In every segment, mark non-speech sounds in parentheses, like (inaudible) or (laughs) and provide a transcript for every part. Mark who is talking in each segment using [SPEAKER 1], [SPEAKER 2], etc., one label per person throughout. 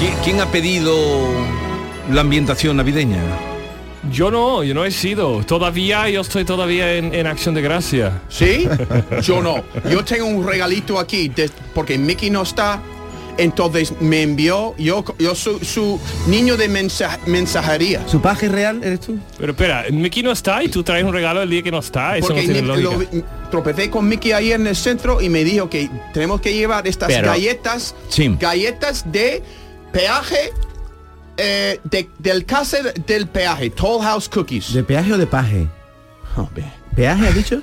[SPEAKER 1] ¿Qui- ¿Quién ha pedido la ambientación navideña?
[SPEAKER 2] Yo no, yo no he sido. Todavía yo estoy todavía en, en acción de gracia. (laughs)
[SPEAKER 3] ¿Sí? Yo no. Yo tengo un regalito aquí des- porque Mickey no está. Entonces me envió, yo, yo soy su niño de mensa- mensajería.
[SPEAKER 4] ¿Su paje real eres tú?
[SPEAKER 2] Pero espera, Mickey no está y tú traes un regalo el día que no está. Eso
[SPEAKER 3] Porque
[SPEAKER 2] no tiene
[SPEAKER 3] ni-
[SPEAKER 2] lógica.
[SPEAKER 3] lo vi- tropecé con Mickey ayer en el centro y me dijo que tenemos que llevar estas
[SPEAKER 2] Pero-
[SPEAKER 3] galletas,
[SPEAKER 2] Sí.
[SPEAKER 3] galletas de peaje, eh, de- del cárcel del peaje, Toll House Cookies. Ah,
[SPEAKER 4] ¿De peaje o de paje? ¿Peaje has dicho?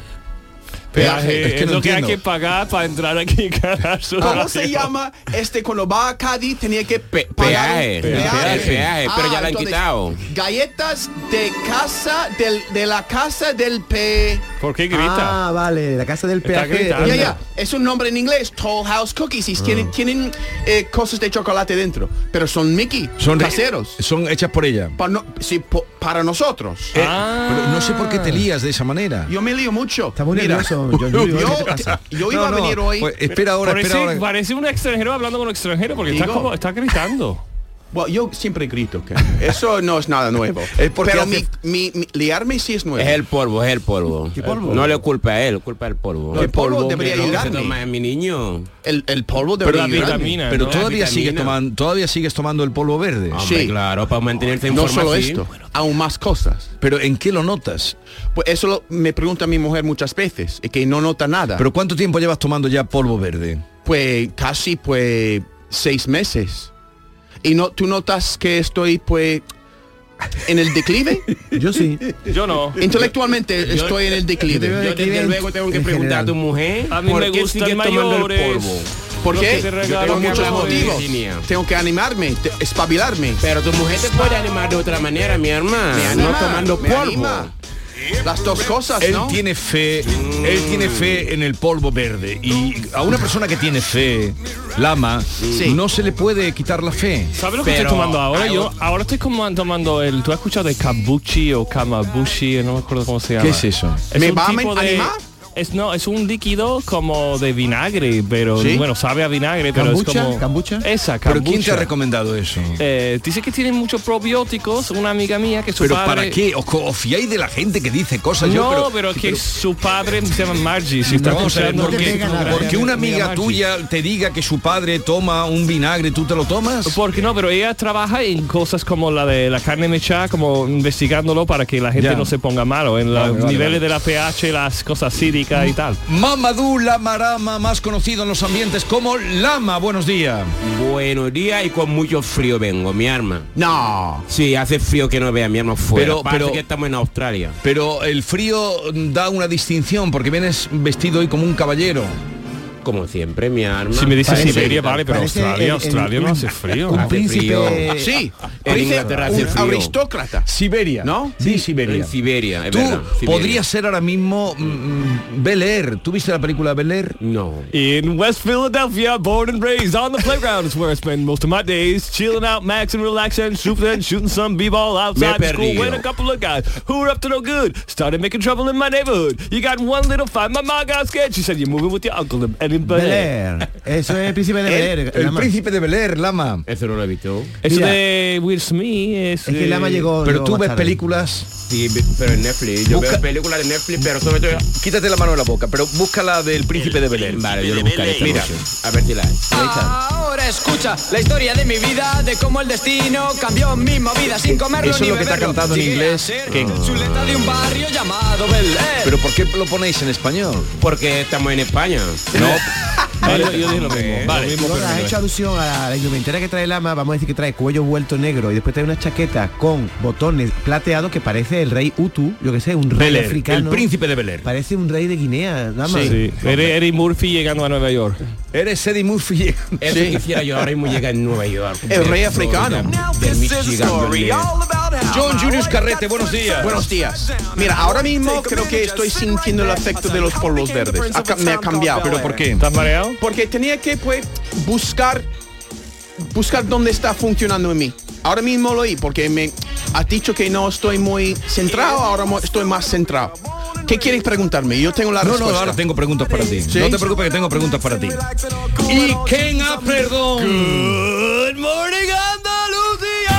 [SPEAKER 2] Peaje,
[SPEAKER 3] Es
[SPEAKER 2] eh, es,
[SPEAKER 3] que no
[SPEAKER 2] lo que hay
[SPEAKER 3] entiendo.
[SPEAKER 2] que pagar para entrar aquí (laughs) en Canal Sur
[SPEAKER 3] ¿Cómo
[SPEAKER 2] Radio.
[SPEAKER 3] se llama este cuando va a Cádiz tenía que pe- pagar
[SPEAKER 5] Peaje,
[SPEAKER 3] un Ah,
[SPEAKER 5] peaje, peaje, pero ya la han
[SPEAKER 3] entonces,
[SPEAKER 5] quitado.
[SPEAKER 3] Galletas de casa del, de la casa del pe.
[SPEAKER 2] ¿Por qué
[SPEAKER 4] Ah, vale, la casa del
[SPEAKER 2] Está
[SPEAKER 4] peaje.
[SPEAKER 2] gritando.
[SPEAKER 3] Ya, ya, es un nombre en inglés, Toll House Cookies, y tienen, tienen eh, cosas de chocolate dentro, pero son Mickey, son
[SPEAKER 1] de-
[SPEAKER 3] caseros,
[SPEAKER 1] Son hechas por ella.
[SPEAKER 3] pa- no- sí, po- para nosotros.
[SPEAKER 1] Eh,
[SPEAKER 2] Ah.
[SPEAKER 1] pero no sé por qué te lías de esa manera.
[SPEAKER 3] Yo me lío mucho.
[SPEAKER 4] Está muy
[SPEAKER 3] Mira,
[SPEAKER 4] nervioso. Yo,
[SPEAKER 3] (laughs)
[SPEAKER 4] yo- yo-
[SPEAKER 3] yo, yo iba
[SPEAKER 1] No,
[SPEAKER 3] a
[SPEAKER 1] no,
[SPEAKER 3] venir hoy,
[SPEAKER 1] pues espera ahora,
[SPEAKER 2] parece,
[SPEAKER 1] espera ahora.
[SPEAKER 2] parece un extranjero hablando con un extranjero porque está
[SPEAKER 3] Digo.
[SPEAKER 2] como está gritando.
[SPEAKER 3] Bueno, yo siempre grito, que (laughs) eso no es nada nuevo.
[SPEAKER 1] Es porque
[SPEAKER 3] Pero
[SPEAKER 1] hace-
[SPEAKER 3] mi, mi- mi- liarme sí es nuevo.
[SPEAKER 5] Es el polvo, es el polvo.
[SPEAKER 4] polvo?
[SPEAKER 5] No le culpa a él, culpa al polvo.
[SPEAKER 3] No, el polvo debería
[SPEAKER 5] que no, que se
[SPEAKER 3] ayudarme.
[SPEAKER 5] toma, mi niño.
[SPEAKER 3] El, el polvo de
[SPEAKER 2] Pero la
[SPEAKER 3] Belgrano.
[SPEAKER 2] vitamina.
[SPEAKER 1] Pero
[SPEAKER 2] ¿no?
[SPEAKER 1] todavía
[SPEAKER 5] Las
[SPEAKER 1] sigues
[SPEAKER 5] vitaminas.
[SPEAKER 1] tomando, todavía sigues tomando el polvo verde.
[SPEAKER 5] Hombre,
[SPEAKER 3] Sí.
[SPEAKER 5] claro, para mantenerse en
[SPEAKER 3] No
[SPEAKER 5] forma
[SPEAKER 3] solo
[SPEAKER 5] así.
[SPEAKER 3] esto, aún más cosas.
[SPEAKER 1] Pero ¿en qué lo notas?
[SPEAKER 3] Pues eso lo- me pregunta mi mujer muchas veces, y que no nota nada.
[SPEAKER 1] Pero ¿cuánto tiempo llevas tomando ya polvo verde?
[SPEAKER 3] pues casi pues seis meses. Y no, tú notas que estoy pues en el
[SPEAKER 1] (laughs)
[SPEAKER 3] declive.
[SPEAKER 4] yo sí.
[SPEAKER 2] Yo no.
[SPEAKER 3] Intelectualmente estoy en el
[SPEAKER 4] Yo
[SPEAKER 3] declive.
[SPEAKER 5] Yo desde
[SPEAKER 4] en-
[SPEAKER 5] luego tengo que
[SPEAKER 4] en
[SPEAKER 5] preguntar
[SPEAKER 4] general.
[SPEAKER 5] a tu
[SPEAKER 3] ¿Eh?
[SPEAKER 5] mujer
[SPEAKER 2] A mí
[SPEAKER 5] por
[SPEAKER 2] me
[SPEAKER 5] qué
[SPEAKER 2] gustan
[SPEAKER 5] sigues tomando el
[SPEAKER 2] mayores.
[SPEAKER 5] polvo.
[SPEAKER 3] ¿Por
[SPEAKER 2] Lo que
[SPEAKER 3] qué?
[SPEAKER 2] te regalo,
[SPEAKER 3] Por
[SPEAKER 5] que
[SPEAKER 3] muchos
[SPEAKER 5] hablamos de
[SPEAKER 3] motivos.
[SPEAKER 5] Virginia.
[SPEAKER 3] Tengo que animarme, te- espabilarme.
[SPEAKER 5] Pero tu mujer te puede animar de otra manera, mi hermana.
[SPEAKER 3] Me
[SPEAKER 5] no
[SPEAKER 3] anima,
[SPEAKER 5] tomando
[SPEAKER 3] me
[SPEAKER 5] polvo.
[SPEAKER 3] anima. Las dos cosas,
[SPEAKER 1] Él
[SPEAKER 3] ¿no?
[SPEAKER 1] tiene fe, él tiene fe en el polvo verde y a una persona que tiene fe, lama, no se le puede quitar la fe.
[SPEAKER 2] ¿Sabes lo que
[SPEAKER 5] Pero
[SPEAKER 2] estoy tomando ahora?
[SPEAKER 5] hay
[SPEAKER 2] Yo
[SPEAKER 5] otro-
[SPEAKER 2] ahora estoy como tomando el. ¿Tú has escuchado de kabuchi o kamabushi? No me acuerdo cómo se llama.
[SPEAKER 1] ¿Qué es eso?
[SPEAKER 3] ¿Me
[SPEAKER 2] un
[SPEAKER 3] va a
[SPEAKER 2] tipo
[SPEAKER 3] men-
[SPEAKER 2] de-
[SPEAKER 3] animar?
[SPEAKER 2] Es, no, es un líquido como de vinagre, pero
[SPEAKER 3] ¿Sí?
[SPEAKER 2] bueno, sabe a vinagre, pero
[SPEAKER 4] ¿Kombucha?
[SPEAKER 2] es como...
[SPEAKER 4] ¿Kombucha?
[SPEAKER 2] Esa,
[SPEAKER 1] Pero ¿quién te
[SPEAKER 2] kombucha.
[SPEAKER 1] ha recomendado eso?
[SPEAKER 2] Eh, dice que tienen muchos probióticos, una amiga mía que su
[SPEAKER 1] Pero
[SPEAKER 2] padre...
[SPEAKER 1] ¿para qué? ¿Os co- os fiáis de la gente que dice cosas?
[SPEAKER 2] No,
[SPEAKER 1] Yo,
[SPEAKER 2] pero, que su padre se llama Margie, si está
[SPEAKER 1] Vamos a ver,
[SPEAKER 2] escuchando
[SPEAKER 4] no te
[SPEAKER 2] porque-
[SPEAKER 1] porque,
[SPEAKER 4] digan nada.
[SPEAKER 1] porque una
[SPEAKER 2] Mira,
[SPEAKER 1] amiga
[SPEAKER 2] Margie.
[SPEAKER 1] tuya te diga que su padre toma un vinagre, ¿tú te lo tomas?
[SPEAKER 2] Porque no, pero ella trabaja en cosas como la de la carne mechada, como investigándolo para que la gente
[SPEAKER 1] Ya.
[SPEAKER 2] no se ponga malo, en los
[SPEAKER 1] Vale, vale,
[SPEAKER 2] niveles de la pH, las cosas cítricas y tal.
[SPEAKER 1] Mamadou Lamarama, más conocido en los ambientes como Lama. Buenos días.
[SPEAKER 5] Buenos días y con mucho frío vengo, mi arma.
[SPEAKER 3] No.
[SPEAKER 5] Sí, hace frío que no vea mi arma fuera.
[SPEAKER 1] Pero-
[SPEAKER 5] Pero,
[SPEAKER 1] pero-
[SPEAKER 5] que estamos en Australia.
[SPEAKER 1] Pero el frío da una distinción porque vienes vestido hoy como un caballero.
[SPEAKER 5] Como siempre, mi arma.
[SPEAKER 2] Si me dice
[SPEAKER 4] Parece-
[SPEAKER 2] Siberia, vale, pero
[SPEAKER 4] parece el-
[SPEAKER 2] Australia,
[SPEAKER 4] el-
[SPEAKER 2] Australia no
[SPEAKER 4] un-
[SPEAKER 2] hace frío.
[SPEAKER 4] Un
[SPEAKER 5] Hace
[SPEAKER 4] príncipe.
[SPEAKER 5] frío.
[SPEAKER 3] Sí.
[SPEAKER 5] En
[SPEAKER 3] dice
[SPEAKER 5] Inglaterra hace
[SPEAKER 3] un
[SPEAKER 5] frío.
[SPEAKER 3] aristócrata.
[SPEAKER 1] Siberia. ¿No? Sí, Siberia.
[SPEAKER 5] En Siberia, es
[SPEAKER 1] Tú
[SPEAKER 5] verdad. Siberia.
[SPEAKER 1] podrías ser ahora mismo mm, Bel Air. ¿Tú viste la película Bel Air?
[SPEAKER 5] No.
[SPEAKER 2] In West Philadelphia, born and raised on the playground is where I spend most of my days, chilling out, maxing, relaxing, shooting, and shooting some b-ball outside
[SPEAKER 5] Me he
[SPEAKER 2] school when
[SPEAKER 5] perdido.
[SPEAKER 2] a couple of guys who were up to no good started making trouble in my neighborhood. You got one little fight. My mom got scared. She said, "You're moving with your uncle and in Bel
[SPEAKER 4] Bel
[SPEAKER 2] Air."
[SPEAKER 4] Air. Eso es el príncipe de Bel Air.
[SPEAKER 1] El, el
[SPEAKER 4] Lama.
[SPEAKER 1] príncipe de Bel Air, Lama.
[SPEAKER 5] Eso no lo he visto.
[SPEAKER 2] Eso
[SPEAKER 4] Mira.
[SPEAKER 2] de Will Smith es.
[SPEAKER 4] Es que
[SPEAKER 2] eh,
[SPEAKER 4] Lama llegó.
[SPEAKER 1] Pero
[SPEAKER 4] llegó
[SPEAKER 1] tú
[SPEAKER 4] más
[SPEAKER 1] ves
[SPEAKER 4] tarde.
[SPEAKER 1] películas...
[SPEAKER 5] Sí, ve- pero en Netflix. Yo
[SPEAKER 1] Busca-
[SPEAKER 5] veo películas de Netflix, pero sobre todo...
[SPEAKER 1] Quítate la mano de la boca, pero busca la del príncipe de Bel Air.
[SPEAKER 5] Vale, yo lo buscaré esta
[SPEAKER 1] Mira,
[SPEAKER 5] noche. A ver si la hay.
[SPEAKER 6] Ahora escucha la historia de mi vida, de cómo el destino cambió mi movida sin comerlo
[SPEAKER 1] Eso
[SPEAKER 6] ni
[SPEAKER 1] es lo que te ha
[SPEAKER 6] beberlo.
[SPEAKER 1] cantado en
[SPEAKER 6] Llegué a
[SPEAKER 1] inglés,
[SPEAKER 6] ser
[SPEAKER 1] que-
[SPEAKER 6] chuleta de un barrio llamado Bel Air.
[SPEAKER 1] pero ¿por qué lo ponéis en español?
[SPEAKER 5] (laughs) Porque estamos en España.
[SPEAKER 1] No,
[SPEAKER 2] Vale, yo dije lo mismo.
[SPEAKER 1] Vale.
[SPEAKER 2] Lo mismo, pero
[SPEAKER 4] Has
[SPEAKER 2] no es.
[SPEAKER 4] hecho alusión a la indumentaria que trae Lama, vamos a decir que trae cuello vuelto negro y después trae una chaqueta con botones plateados que parece el rey Utu, yo que sé, un rey
[SPEAKER 1] Bel Air, el
[SPEAKER 4] africano.
[SPEAKER 1] príncipe de Bel Air.
[SPEAKER 4] Parece un rey de Guinea, Lama.
[SPEAKER 2] Sí. Eddie Eddie Murphy llegando a Nueva York.
[SPEAKER 1] Eres Eddie Murphy.
[SPEAKER 5] Eso
[SPEAKER 1] (laughs)
[SPEAKER 5] quisiera yo ahora mismo llegar en Nueva York.
[SPEAKER 3] El rey africano.
[SPEAKER 5] Del Michigan. donde-
[SPEAKER 1] John Julius Carrete, buenos días.
[SPEAKER 3] Buenos días. Mira, ahora mismo creo que estoy sintiendo el efecto de los polvos verdes. Ha ca- me ha cambiado.
[SPEAKER 1] ¿Pero por qué?
[SPEAKER 2] ¿Estás mareado?
[SPEAKER 3] Porque tenía que pues, buscar buscar dónde está funcionando en mí. Ahora mismo lo oí porque me has dicho que no estoy muy centrado, ahora mo- estoy más centrado. ¿Qué quieres preguntarme? Yo tengo la
[SPEAKER 1] No, no,
[SPEAKER 3] respuesta.
[SPEAKER 1] ahora tengo preguntas para ti.
[SPEAKER 3] ¿Sí?
[SPEAKER 1] No te preocupes que tengo preguntas para ti. Y Ken ah, perdón. Good morning Andalucía.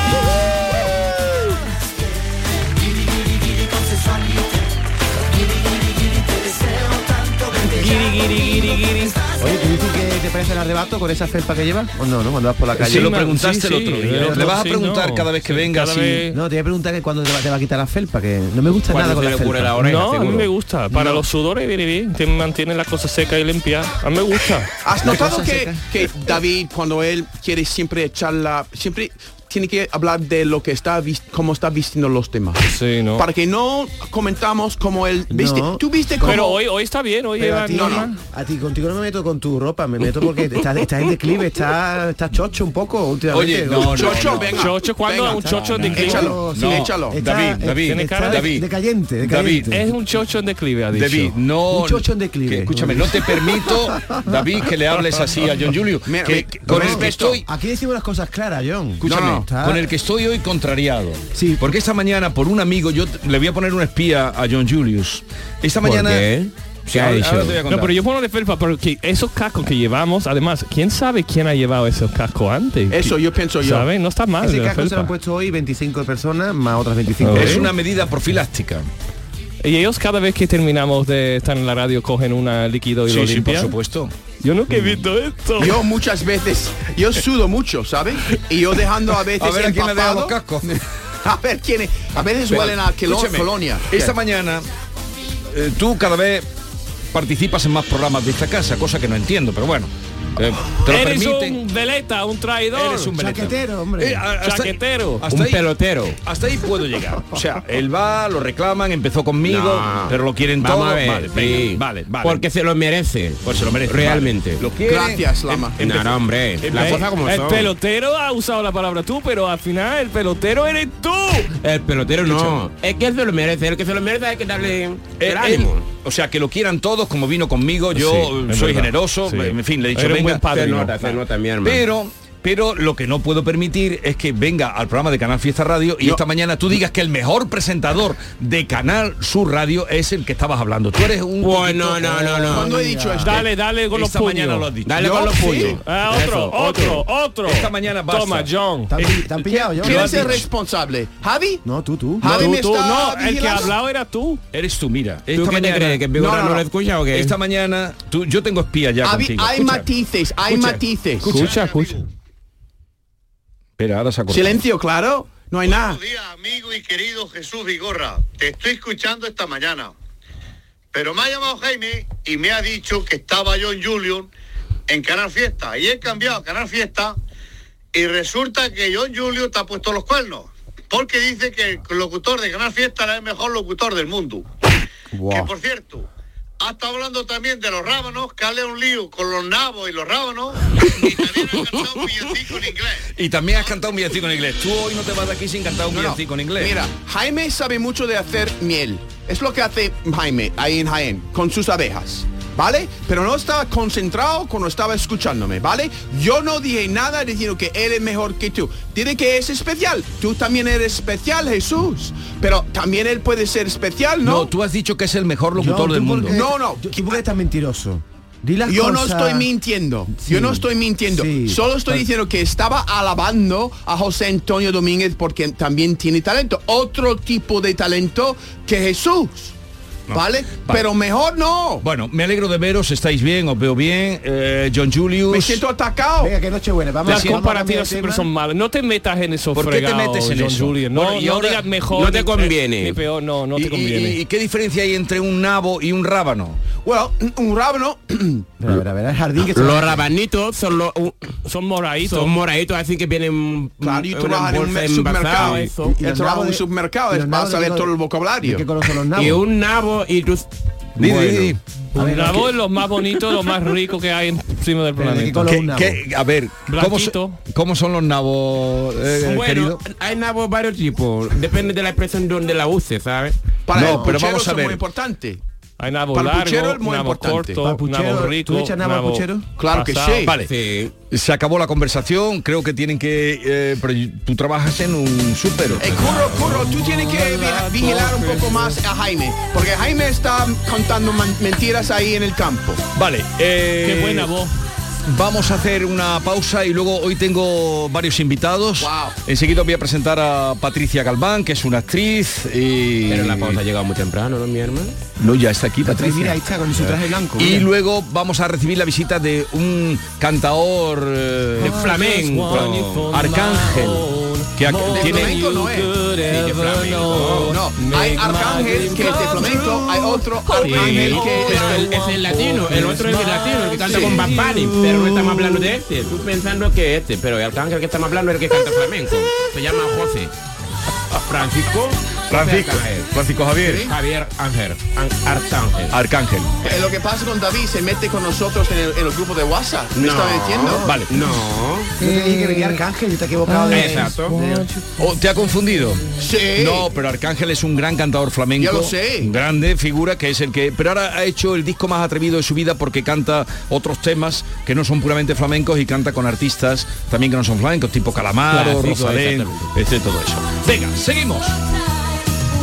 [SPEAKER 4] Oye, ¿tú dices que te parece el arrebato con esa felpa que llevas? ¿O no, no? Cuando vas por la calle.
[SPEAKER 1] Se lo
[SPEAKER 2] man, sí,
[SPEAKER 1] preguntaste el otro
[SPEAKER 2] sí,
[SPEAKER 1] día.
[SPEAKER 2] el
[SPEAKER 1] Le vas a
[SPEAKER 2] otro sí,
[SPEAKER 1] preguntar
[SPEAKER 2] no.
[SPEAKER 1] cada vez que
[SPEAKER 2] Sí,
[SPEAKER 1] venga
[SPEAKER 2] cada
[SPEAKER 1] si
[SPEAKER 2] vez-
[SPEAKER 4] No, te voy a preguntar que cuando te va, te va a quitar la felpa, que no me gusta nada
[SPEAKER 5] Cuando
[SPEAKER 4] con
[SPEAKER 5] se
[SPEAKER 4] la
[SPEAKER 5] le ocurre la
[SPEAKER 4] felpa.
[SPEAKER 5] oreja,
[SPEAKER 2] No, a mí
[SPEAKER 5] seguro.
[SPEAKER 2] me gusta. Para los sudores viene bien. Te mantiene la cosa seca y limpia. A mí me gusta.
[SPEAKER 3] ¿Has
[SPEAKER 4] La
[SPEAKER 3] notado
[SPEAKER 4] cosa
[SPEAKER 3] que,
[SPEAKER 4] seca.
[SPEAKER 3] que David, cuando él quiere siempre echar la... Siempre tiene que hablar de lo que está, vis- cómo está vistiendo los demás?
[SPEAKER 2] Sí, no.
[SPEAKER 3] Para que no comentamos como él viste.
[SPEAKER 4] No.
[SPEAKER 3] Tú viste como...
[SPEAKER 2] Pero hoy, hoy está bien, hoy
[SPEAKER 4] Pero
[SPEAKER 2] lleva
[SPEAKER 4] a ti,
[SPEAKER 2] normal.
[SPEAKER 4] a ti contigo no me meto con tu ropa, me meto porque estás, estás en declive, estás, estás chocho un poco últimamente.
[SPEAKER 1] Oye, no, no.
[SPEAKER 3] Chocho, venga.
[SPEAKER 2] Chocho, ¿cuándo?
[SPEAKER 3] Venga,
[SPEAKER 2] Un chocho
[SPEAKER 3] no,
[SPEAKER 2] de
[SPEAKER 3] no,
[SPEAKER 2] clima.
[SPEAKER 3] Échalo, sí,
[SPEAKER 1] No.
[SPEAKER 3] échalo.
[SPEAKER 1] Está- David, David,
[SPEAKER 4] tiene
[SPEAKER 2] cara
[SPEAKER 4] de,
[SPEAKER 1] David.
[SPEAKER 4] decayente,
[SPEAKER 1] David,
[SPEAKER 4] decayente.
[SPEAKER 2] Es un chocho en declive, ha dicho.
[SPEAKER 1] David, no.
[SPEAKER 4] Un chocho en declive.
[SPEAKER 1] que escúchame, no te permito,
[SPEAKER 4] (laughs)
[SPEAKER 1] David, que le hables así a John Julio.
[SPEAKER 3] Mira,
[SPEAKER 1] que-
[SPEAKER 3] mira,
[SPEAKER 1] que- con el
[SPEAKER 3] no,
[SPEAKER 1] que estoy.
[SPEAKER 4] Aquí decimos las cosas claras, John.
[SPEAKER 1] Escúchame,
[SPEAKER 4] No, no, está-
[SPEAKER 1] con el que estoy hoy contrariado.
[SPEAKER 4] Sí.
[SPEAKER 1] Porque esta mañana, por un amigo, yo t- le voy a poner un espía a John Julius. Esta
[SPEAKER 5] ¿Por
[SPEAKER 1] mañana.
[SPEAKER 5] qué? ¿Qué ha
[SPEAKER 1] Ahora-
[SPEAKER 5] hecho?
[SPEAKER 1] ahora te voy a
[SPEAKER 2] No,
[SPEAKER 1] contar.
[SPEAKER 2] pero yo pongo de felpa porque esos cascos que llevamos, además, ¿quién sabe quién ha llevado esos cascos antes?
[SPEAKER 3] Eso yo pienso yo.
[SPEAKER 2] ¿Sabes? No está mal.
[SPEAKER 4] Ese
[SPEAKER 2] la
[SPEAKER 4] casco se lo
[SPEAKER 2] felpa.
[SPEAKER 4] han puesto hoy 25 personas más otras 25.
[SPEAKER 1] Es una medida profiláctica.
[SPEAKER 2] Y ellos cada vez que terminamos de estar en la radio cogen un líquido y lo
[SPEAKER 1] Sí, sí, por
[SPEAKER 2] limpian.
[SPEAKER 1] supuesto.
[SPEAKER 2] yo nunca he visto esto.
[SPEAKER 3] Yo muchas veces, yo sudo mucho, ¿sabes? Y yo dejando a veces
[SPEAKER 1] A ver a quién le dejan los
[SPEAKER 3] empapado,
[SPEAKER 1] cascos.
[SPEAKER 3] (laughs) A ver quién es. A veces huelen a quelo-
[SPEAKER 1] Escúchame,
[SPEAKER 3] colonia.
[SPEAKER 1] Esta mañana eh, tú cada vez participas en más programas de esta casa, cosa que no entiendo, pero bueno. eh, te lo
[SPEAKER 2] Eres
[SPEAKER 1] permiten.
[SPEAKER 2] un veleta, un traidor.
[SPEAKER 1] Eres un veleta.
[SPEAKER 4] Chaquetero, hombre.
[SPEAKER 1] Eh, a- hasta ahí-
[SPEAKER 2] Chaquetero.
[SPEAKER 1] hasta
[SPEAKER 5] Un
[SPEAKER 1] ahí-
[SPEAKER 5] pelotero.
[SPEAKER 1] Hasta ahí puedo
[SPEAKER 5] (laughs)
[SPEAKER 1] llegar. O sea, él va, lo reclaman, empezó conmigo,
[SPEAKER 5] No.
[SPEAKER 1] pero lo quieren
[SPEAKER 5] Vamos
[SPEAKER 1] todo.
[SPEAKER 5] a ver.
[SPEAKER 1] vale,
[SPEAKER 5] sí.
[SPEAKER 1] venga, vale, vale.
[SPEAKER 5] Porque se lo merece.
[SPEAKER 1] Pues se lo merece.
[SPEAKER 5] Realmente.
[SPEAKER 1] vale. Lo quieren.
[SPEAKER 3] Gracias, Lama.
[SPEAKER 1] Em-
[SPEAKER 5] No, no, hombre. La
[SPEAKER 2] Eh,
[SPEAKER 5] cosa como
[SPEAKER 2] el
[SPEAKER 5] son.
[SPEAKER 2] pelotero ha usado la palabra tú, pero al final el pelotero eres tú.
[SPEAKER 5] El pelotero no. Es que él se lo merece. El que se lo merece hay que darle
[SPEAKER 1] Eh,
[SPEAKER 5] el
[SPEAKER 1] él-
[SPEAKER 5] ánimo.
[SPEAKER 1] o sea, que lo quieran todos, como vino conmigo, yo
[SPEAKER 2] Sí,
[SPEAKER 1] eh,
[SPEAKER 2] es
[SPEAKER 1] soy
[SPEAKER 2] verdad.
[SPEAKER 1] generoso,
[SPEAKER 2] Sí.
[SPEAKER 1] en fin, le he dicho,
[SPEAKER 2] Eres un
[SPEAKER 1] venga,
[SPEAKER 2] buen padre.
[SPEAKER 5] Se
[SPEAKER 2] Padrino.
[SPEAKER 5] nota, se nota, mi hermano.
[SPEAKER 1] Pero, pero lo que no puedo permitir es que venga al programa de Canal Fiesta Radio y esta mañana tú digas que el mejor presentador de Canal Sur Radio es el que estabas hablando. Tú eres un...
[SPEAKER 5] Pues no, no, no, no.
[SPEAKER 3] Cuando he dicho esto,
[SPEAKER 2] Dale, dale con los
[SPEAKER 1] esta mañana
[SPEAKER 2] puños.
[SPEAKER 1] lo has dicho.
[SPEAKER 5] Dale con los
[SPEAKER 3] sí.
[SPEAKER 5] puños.
[SPEAKER 2] Ah,
[SPEAKER 5] Eso,
[SPEAKER 2] otro, otro, otro.
[SPEAKER 1] Esta mañana basta.
[SPEAKER 2] Toma, John.
[SPEAKER 4] ¿Te han pi- te han pillado, John?
[SPEAKER 3] ¿quién
[SPEAKER 4] Lo
[SPEAKER 3] es
[SPEAKER 4] has
[SPEAKER 3] el
[SPEAKER 4] dicho.
[SPEAKER 3] responsable? ¿Javi?
[SPEAKER 4] No, tú, tú.
[SPEAKER 3] Javi
[SPEAKER 2] Tú,
[SPEAKER 3] me
[SPEAKER 2] tú,
[SPEAKER 3] está
[SPEAKER 2] no, el que ha
[SPEAKER 3] vigilando.
[SPEAKER 2] hablado era tú.
[SPEAKER 1] Eres tú, mira.
[SPEAKER 5] ¿Tú
[SPEAKER 1] Esta
[SPEAKER 5] qué te
[SPEAKER 1] mañana-
[SPEAKER 5] crees? ¿Que en
[SPEAKER 1] No,
[SPEAKER 5] Vigora
[SPEAKER 1] no,
[SPEAKER 5] no,
[SPEAKER 1] no.
[SPEAKER 5] lo escucha o qué?
[SPEAKER 1] Esta mañana, tú, yo tengo espía ya
[SPEAKER 3] Javi,
[SPEAKER 1] contigo.
[SPEAKER 3] hay
[SPEAKER 1] Escucha,
[SPEAKER 3] matices, hay
[SPEAKER 1] escucha,
[SPEAKER 3] matices.
[SPEAKER 2] Escucha, escucha.
[SPEAKER 1] Espera, ahora se ha cortado.
[SPEAKER 3] Silencio, claro. No hay nada.
[SPEAKER 7] Buenos días, amigo y querido Jesús Vigorra. Te estoy escuchando esta mañana. Pero me ha llamado Jaime y me ha dicho que estaba John Julian en Canal Fiesta. Y he cambiado a Canal Fiesta y resulta que John Julio te ha puesto los cuernos. Porque dice que el locutor de Canal Fiesta era el mejor locutor del mundo. Que por cierto, ha estado hablando también de los rábanos, que ha leído un lío con los nabos y los rábanos. Y también ha cantado un villancico en inglés.
[SPEAKER 1] Y también has cantado un villancico en inglés. Tú hoy no te vas de aquí sin cantar un
[SPEAKER 3] No, no.
[SPEAKER 1] villancico en inglés.
[SPEAKER 3] Mira, Jaime sabe mucho de hacer miel. Es lo que hace Jaime ahí en Jaén, con sus abejas. ¿Vale? Pero no estaba concentrado cuando estaba escuchándome, ¿vale? Yo no dije nada diciendo que él es mejor que tú. Tiene que es especial. Tú también eres especial, Jesús. Pero también él puede ser especial,
[SPEAKER 1] no.
[SPEAKER 3] ¿no?
[SPEAKER 1] tú has dicho que es el mejor
[SPEAKER 4] John,
[SPEAKER 1] locutor
[SPEAKER 4] ¿tú
[SPEAKER 1] del
[SPEAKER 4] por
[SPEAKER 1] mundo.
[SPEAKER 4] qué-
[SPEAKER 3] No, no.
[SPEAKER 4] ¿Tú por qué estás mentiroso? Di las
[SPEAKER 3] Yo no
[SPEAKER 4] cosas-
[SPEAKER 3] estoy mintiendo. Yo
[SPEAKER 4] Sí.
[SPEAKER 3] no estoy mintiendo.
[SPEAKER 4] Sí. Pues-
[SPEAKER 3] Solo estoy
[SPEAKER 4] Vale.
[SPEAKER 3] diciendo que estaba alabando a José Antonio Domínguez porque también tiene talento. Otro tipo de talento que Jesús. ¿Vale? Pero mejor no.
[SPEAKER 1] Bueno, me alegro de veros, estáis bien, os veo bien. Eh, John Julius.
[SPEAKER 3] Me siento atacado.
[SPEAKER 4] Venga, que noche buena. Vamos vamos
[SPEAKER 2] Las
[SPEAKER 4] a cambiar
[SPEAKER 2] comparativas
[SPEAKER 4] de
[SPEAKER 2] siempre
[SPEAKER 4] tema.
[SPEAKER 2] son malas. No te metas en esos
[SPEAKER 1] ¿Por qué te
[SPEAKER 2] fregados,
[SPEAKER 1] metes en
[SPEAKER 2] John
[SPEAKER 1] eso?
[SPEAKER 2] Julian. No,
[SPEAKER 1] Bueno, y
[SPEAKER 2] no
[SPEAKER 1] ahora
[SPEAKER 2] digas mejor.
[SPEAKER 5] no te
[SPEAKER 2] ni-
[SPEAKER 5] conviene.
[SPEAKER 2] Ni peor, no, no
[SPEAKER 1] ¿Y-
[SPEAKER 2] te
[SPEAKER 1] y-
[SPEAKER 2] conviene.
[SPEAKER 1] ¿Y, qué diferencia hay entre un nabo y un rábano?
[SPEAKER 3] Bueno, un
[SPEAKER 2] (clears throat)
[SPEAKER 3] rábano.
[SPEAKER 4] Verá, verá, verá, el jardín que se
[SPEAKER 5] Los rabanitos son los uh,
[SPEAKER 8] Son moraditos.
[SPEAKER 5] son moraditos, así que vienen
[SPEAKER 3] Claro, y
[SPEAKER 5] una
[SPEAKER 3] tú vas en un
[SPEAKER 5] bolsa
[SPEAKER 3] me-
[SPEAKER 5] envasada,
[SPEAKER 3] supermercado.
[SPEAKER 5] eso.
[SPEAKER 3] Y
[SPEAKER 4] los
[SPEAKER 3] trabajas en un
[SPEAKER 4] nabos de-
[SPEAKER 3] supermercado,
[SPEAKER 4] y los
[SPEAKER 3] vas
[SPEAKER 4] nabos
[SPEAKER 3] a ver
[SPEAKER 4] de qué
[SPEAKER 3] todo el
[SPEAKER 4] color-
[SPEAKER 3] vocabulario.
[SPEAKER 4] ¿De qué color son los nabos?
[SPEAKER 5] Y un nabo y tú...
[SPEAKER 1] Di,
[SPEAKER 5] Bueno.
[SPEAKER 1] di, di.
[SPEAKER 4] A ver,
[SPEAKER 8] Un nabo
[SPEAKER 4] ¿qué-
[SPEAKER 8] es lo más bonito, lo más rico que hay encima del
[SPEAKER 4] pero ¿De qué
[SPEAKER 8] planeta.
[SPEAKER 4] color
[SPEAKER 1] ¿Qué-
[SPEAKER 4] un nabo?
[SPEAKER 1] qué- a ver, ¿cómo,
[SPEAKER 8] Blanquito.
[SPEAKER 1] so- cómo son los nabos, eh,
[SPEAKER 5] bueno,
[SPEAKER 1] querido?
[SPEAKER 5] hay nabos varios tipos. Depende de la expresión donde la uses, ¿sabes?
[SPEAKER 3] Para
[SPEAKER 1] No,
[SPEAKER 3] el
[SPEAKER 1] pero
[SPEAKER 3] puchero
[SPEAKER 1] vamos a
[SPEAKER 3] eso es
[SPEAKER 1] ver.
[SPEAKER 3] muy importante.
[SPEAKER 8] Hay nabo
[SPEAKER 3] Para el puchero
[SPEAKER 8] largo,
[SPEAKER 3] es muy
[SPEAKER 8] nabo
[SPEAKER 3] importante.
[SPEAKER 4] Para el
[SPEAKER 8] corto,
[SPEAKER 4] puchero,
[SPEAKER 8] nabo
[SPEAKER 4] ¿tú
[SPEAKER 8] rico,
[SPEAKER 4] echas nabo al puchero?
[SPEAKER 3] Claro que
[SPEAKER 8] pasado.
[SPEAKER 3] sí.
[SPEAKER 1] Vale,
[SPEAKER 5] Sí.
[SPEAKER 1] se acabó la conversación, creo que tienen que... eh, pero tú trabajas en un súper.
[SPEAKER 3] Eh, curro, curro, tú tienes que vi- vigilar un
[SPEAKER 5] pues.
[SPEAKER 3] poco más a Jaime, porque Jaime está contando man- mentiras ahí en el campo.
[SPEAKER 1] Vale, eh,
[SPEAKER 8] Qué buena voz.
[SPEAKER 1] Vamos a hacer una pausa y luego hoy tengo varios invitados.
[SPEAKER 3] Wow.
[SPEAKER 1] Enseguida voy a presentar a Patricia Galván, que es una actriz y...
[SPEAKER 5] Pero la pausa ha llegado muy temprano, ¿no, mi hermano?
[SPEAKER 1] No, ya está aquí
[SPEAKER 4] Atrás, mira,
[SPEAKER 1] Patricia.
[SPEAKER 4] ahí está con su traje blanco.
[SPEAKER 1] Y
[SPEAKER 4] mira.
[SPEAKER 1] luego vamos a recibir la visita de un cantaor eh,
[SPEAKER 5] De flamenco.
[SPEAKER 1] Arcángel, que ac-
[SPEAKER 3] De
[SPEAKER 1] tiene...
[SPEAKER 3] flamenco no es. No, hay arcángel que es de flamenco, hay otro
[SPEAKER 5] Sí,
[SPEAKER 3] arcángel que es
[SPEAKER 5] pero el- es el latino, el otro es el latino, el que canta con Bad Bunny, pero no estamos hablando de este, tú pensando que este, pero el arcángel que estamos hablando es el que canta flamenco, se llama José. Francisco
[SPEAKER 1] Francisco,
[SPEAKER 5] Arcángel.
[SPEAKER 1] Francisco Javier.
[SPEAKER 5] Javier Ángel, An- Arcángel.
[SPEAKER 1] Arcángel.
[SPEAKER 3] Eh, Lo que pasa con David se mete con nosotros en el, en el grupo de WhatsApp. ¿Me
[SPEAKER 5] No.
[SPEAKER 3] está metiendo?
[SPEAKER 1] Vale.
[SPEAKER 5] No,
[SPEAKER 4] Yo te dije que venía Arcángel, yo te he equivocado de...
[SPEAKER 5] exacto.
[SPEAKER 1] Oh, ¿Te ha confundido?
[SPEAKER 3] Sí.
[SPEAKER 1] No, pero Arcángel es un gran cantador flamenco.
[SPEAKER 3] Ya lo sé.
[SPEAKER 1] un Grande figura que es el que... Pero ahora ha hecho el disco más atrevido de su vida porque canta otros temas que no son puramente flamencos y canta con artistas también que no son flamencos, tipo Calamaro,
[SPEAKER 5] Clásico,
[SPEAKER 1] Rosalén,
[SPEAKER 5] exactamente.
[SPEAKER 1] este, todo eso. Venga, seguimos.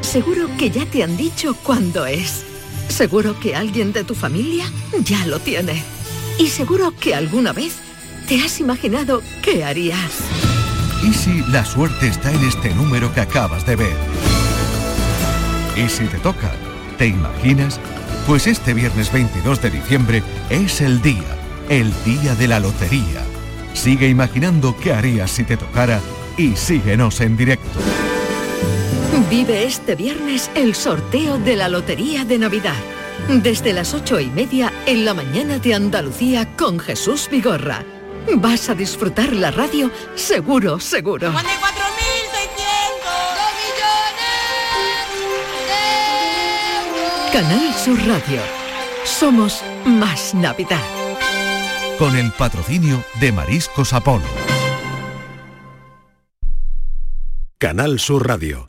[SPEAKER 9] Seguro que ya te han dicho cuándo es. Seguro que alguien de tu familia ya lo tiene. Y seguro que alguna vez te has imaginado qué harías.
[SPEAKER 10] Easy, la suerte está en este número que acabas de ver. Y si te toca, ¿te imaginas? Pues este viernes 22 de diciembre es el día, el día de la lotería. Sigue imaginando qué harías si te tocara y síguenos en directo.
[SPEAKER 9] Vive este viernes el sorteo de la Lotería de Navidad. Desde las ocho y media en la mañana de Andalucía con Jesús Vigorra. Vas a disfrutar la radio seguro, seguro. Canal Sur Radio. Somos más Navidad.
[SPEAKER 10] Con el patrocinio de Mariscos Apolo. Canal Sur Radio.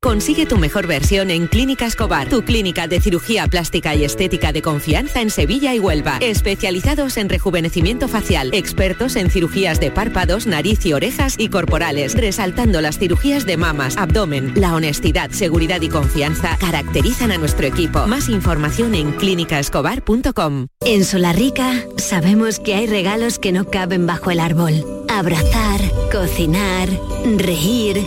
[SPEAKER 9] Consigue tu mejor versión en Clínica Escobar, tu clínica de cirugía plástica y estética de confianza en Sevilla y Huelva. Especializados en rejuvenecimiento facial, expertos en cirugías de párpados, nariz y orejas y corporales, resaltando las cirugías de mamas, abdomen. La honestidad, seguridad y confianza caracterizan a nuestro equipo. Más información en clínicaescobar.com.
[SPEAKER 11] En Solarica sabemos que hay regalos que no caben bajo el árbol. Abrazar, cocinar, reír,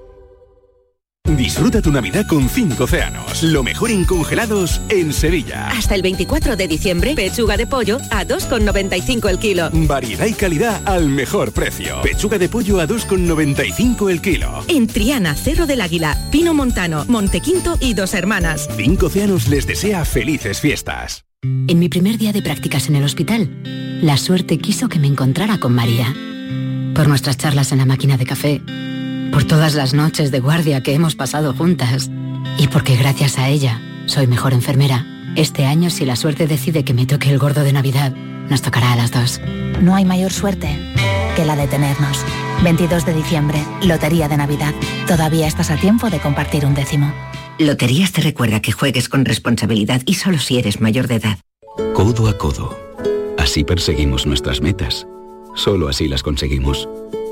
[SPEAKER 12] Disfruta tu Navidad con 5 océanos. Lo mejor en congelados en Sevilla.
[SPEAKER 13] Hasta el 24 de diciembre, pechuga de pollo a 2,95 el kilo.
[SPEAKER 12] Variedad y calidad al mejor precio. Pechuga de pollo a 2,95 el kilo.
[SPEAKER 14] En Triana, Cerro del Águila, Pino Montano, Montequinto y Dos Hermanas.
[SPEAKER 12] 5 océanos les desea felices fiestas.
[SPEAKER 15] En mi primer día de prácticas en el hospital, la suerte quiso que me encontrara con María. Por nuestras charlas en la máquina de café, por todas las noches de guardia que hemos pasado juntas y porque gracias a ella soy mejor enfermera. Este año, si la suerte decide que me toque el gordo de Navidad, nos tocará a las dos.
[SPEAKER 16] No hay mayor suerte que la de tenernos. 22 de diciembre, Lotería de Navidad. Todavía estás a tiempo de compartir un décimo.
[SPEAKER 17] Loterías te recuerda que juegues con responsabilidad y solo si eres mayor de edad.
[SPEAKER 18] Codo a codo. Así perseguimos nuestras metas. Solo así las conseguimos.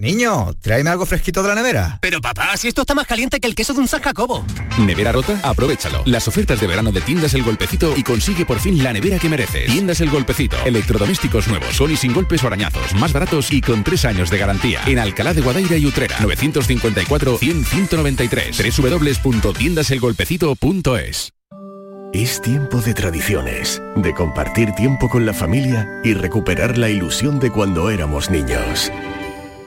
[SPEAKER 19] Niño, tráeme algo fresquito de la nevera.
[SPEAKER 20] Pero papá, si esto está más caliente que el queso de un San Jacobo.
[SPEAKER 1] ¿Nevera rota? Aprovechalo. Las ofertas de verano de Tiendas El Golpecito y consigue por fin la nevera que mereces. Tiendas El Golpecito. Electrodomésticos nuevos, son y sin golpes o arañazos, más baratos y con tres años de garantía. En Alcalá de Guadaira y Utrera, 954-100-193. www.tiendaselgolpecito.es
[SPEAKER 21] es tiempo de tradiciones, de compartir tiempo con la familia y recuperar la ilusión de cuando éramos niños.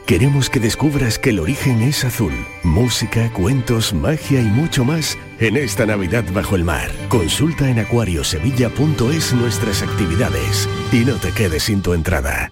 [SPEAKER 21] Queremos que descubras que el origen es azul. Música, cuentos, magia y mucho más en esta Navidad bajo el mar. Consulta en acuariosevilla.es nuestras actividades y no te quedes sin tu entrada.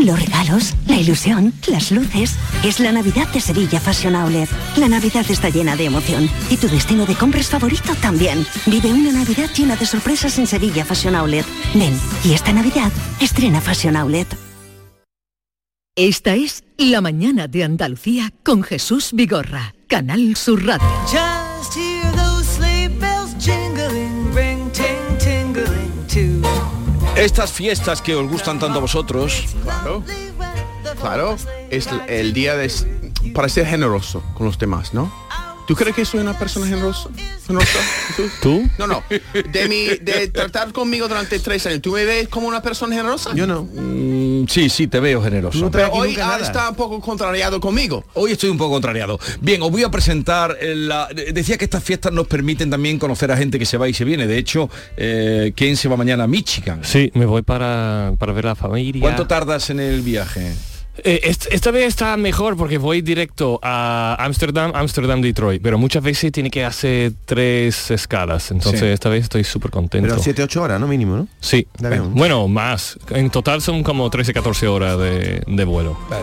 [SPEAKER 22] Los regalos, la ilusión, las luces. Es la Navidad de Sevilla Fashion Outlet. La Navidad está llena de emoción y tu destino de compras favorito también. Vive una Navidad llena de sorpresas en Sevilla Fashion Outlet. Ven, y esta Navidad estrena Fashion Outlet.
[SPEAKER 9] Esta es La mañana de Andalucía con Jesús Vigorra, Canal Sur Radio.
[SPEAKER 23] Just hear those sleigh bells jingling, ring ting tingling too.
[SPEAKER 1] Estas fiestas que os gustan tanto a vosotros.
[SPEAKER 3] Claro. Claro. Es el día de para ser generoso con los demás, ¿no?
[SPEAKER 1] ¿Tú crees que soy una persona generosa? generosa Jesús?
[SPEAKER 3] ¿Tú?
[SPEAKER 1] No, no.
[SPEAKER 3] De mi, de tratar conmigo durante tres años. ¿Tú me ves como una persona generosa?
[SPEAKER 1] Yo no. Mm, sí, sí, te veo generoso.
[SPEAKER 3] Pero hoy ahora está un poco contrariado conmigo.
[SPEAKER 1] Hoy estoy un poco contrariado. Bien, os voy a presentar eh, la... Decía que estas fiestas nos permiten también conocer a gente que se va y se viene. De hecho, eh, ¿quién se va mañana a Michigan?
[SPEAKER 2] Sí, me voy para, para ver a la familia.
[SPEAKER 1] ¿Cuánto tardas en el viaje?
[SPEAKER 2] Eh, est esta vez está mejor porque voy directo a Ámsterdam, Ámsterdam, Detroit, pero muchas veces tiene que hacer tres escalas, entonces sí. esta vez estoy súper contento.
[SPEAKER 1] Pero 7, 8 horas, ¿no? Mínimo, ¿no?
[SPEAKER 2] Sí. Bueno, más. En total son como 13, 14 horas de, de vuelo.
[SPEAKER 1] Eh,